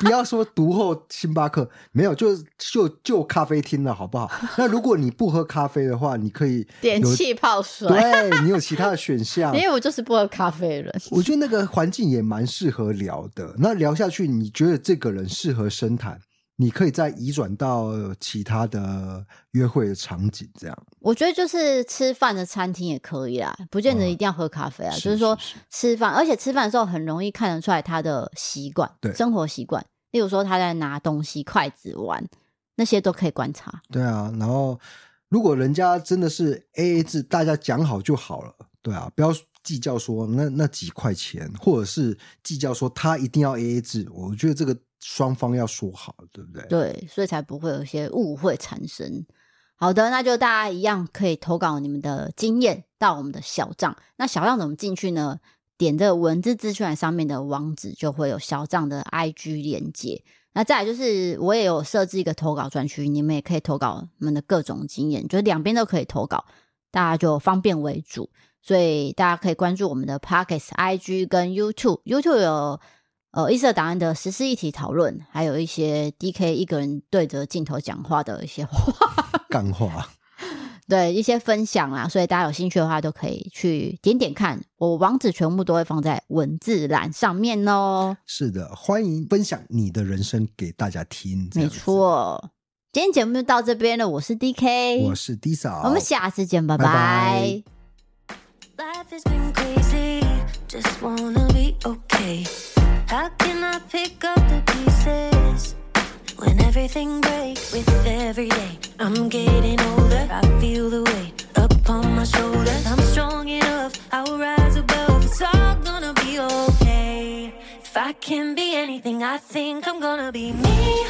[SPEAKER 4] 不要说独后星巴克，没有，就就就咖啡厅了，好
[SPEAKER 3] <laughs>
[SPEAKER 4] 不好？那如果你不喝咖啡的话，你可以
[SPEAKER 3] 点
[SPEAKER 4] 有
[SPEAKER 3] 气泡水，
[SPEAKER 4] <laughs> 对啊你有其他的
[SPEAKER 3] <laughs>
[SPEAKER 4] 选项
[SPEAKER 3] 因。为我就是不喝咖啡的人， <laughs>
[SPEAKER 4] 我觉得那个环境也蛮适合聊的。那聊下去，你觉得这个人适合深谈，你可以再移转到其他的约会的场景，这样。
[SPEAKER 3] 我觉得就是吃饭的餐厅也可以啦，不见得
[SPEAKER 4] 嗯
[SPEAKER 3] 一定要喝咖啡啊，
[SPEAKER 4] 是
[SPEAKER 3] 就是说
[SPEAKER 4] 是是
[SPEAKER 3] 吃饭，而且吃饭的时候很容易看得出来他的习惯，
[SPEAKER 4] 对
[SPEAKER 3] 生活习惯，例如说他在拿东西、筷子、碗那些都可以观察。
[SPEAKER 4] 对啊，然后如果人家真的是 A A 制，大家讲好就好了，对啊，不要计较说那那几块钱，或者是计较说他一定要 A A 制，我觉得这个双方要说好，对不
[SPEAKER 3] <laughs>
[SPEAKER 4] 对？
[SPEAKER 3] 对，所以才不会有一些误会产生。好的，那就大家一样可以投稿你们的经验到我们的小账。那小账怎么进去呢？点这个文字资讯栏上面的网址就会有小账的 IG 连接。那再来就是，我也有设置一个投稿专区，你们也可以投稿你们的各种经验，就是两边都可以投稿，大家就方便为主。所以大家可以关注我们的 Pockets、IG 跟 YouTube，YouTube 有呃一色档案的实施议题讨论，还有一些 DK 一个人对着镜头讲话的一些话， <laughs>
[SPEAKER 4] 干话，
[SPEAKER 3] 对一些分享啦。所以大家有兴趣的话，都可以去点点看。我网址全部都会放在文字栏上面哦。
[SPEAKER 4] 是的，欢迎分享你的人生给大家听，这
[SPEAKER 3] 没
[SPEAKER 4] 样子。
[SPEAKER 3] 错，今天节目就到这边了。我是 DK，
[SPEAKER 4] 我是 D 嫂，
[SPEAKER 3] 我们下次见，拜
[SPEAKER 4] 拜
[SPEAKER 3] 拜
[SPEAKER 4] 拜
[SPEAKER 5] Life has been crazy, just wanna be okay. How can I pick up the pieces when everything breaks with every day? I'm getting older, I feel the weight up on my shoulders. I'm strong enough, I'll rise above. It's all gonna be okay. If I can be anything, I think I'm gonna be me.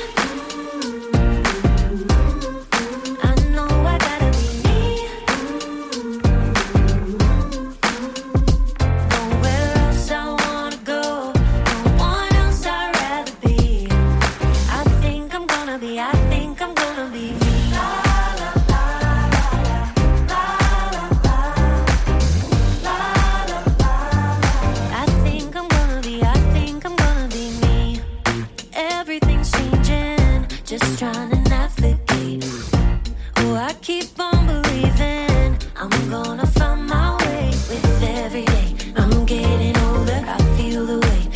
[SPEAKER 5] Oh, I know I gotta be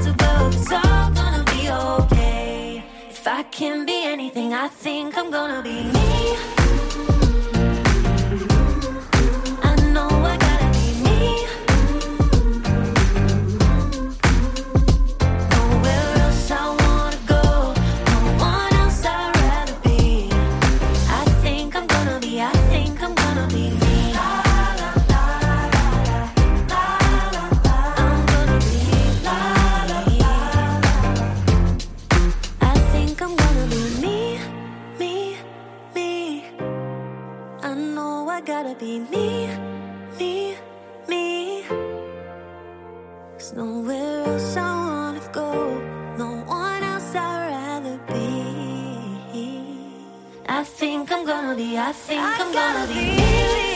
[SPEAKER 5] me. Nowhere else I wanna go. No one else I'd rather be. I think I'm gonna be. I think I'm gonna be me. I'm gonna be me. I think I'm gonna be me, me, me. I know I gotta be me, me, me. There's nowhere else I wanna go, no one else I'd rather be. I think I'm gonna be, I think I am gonna be. me.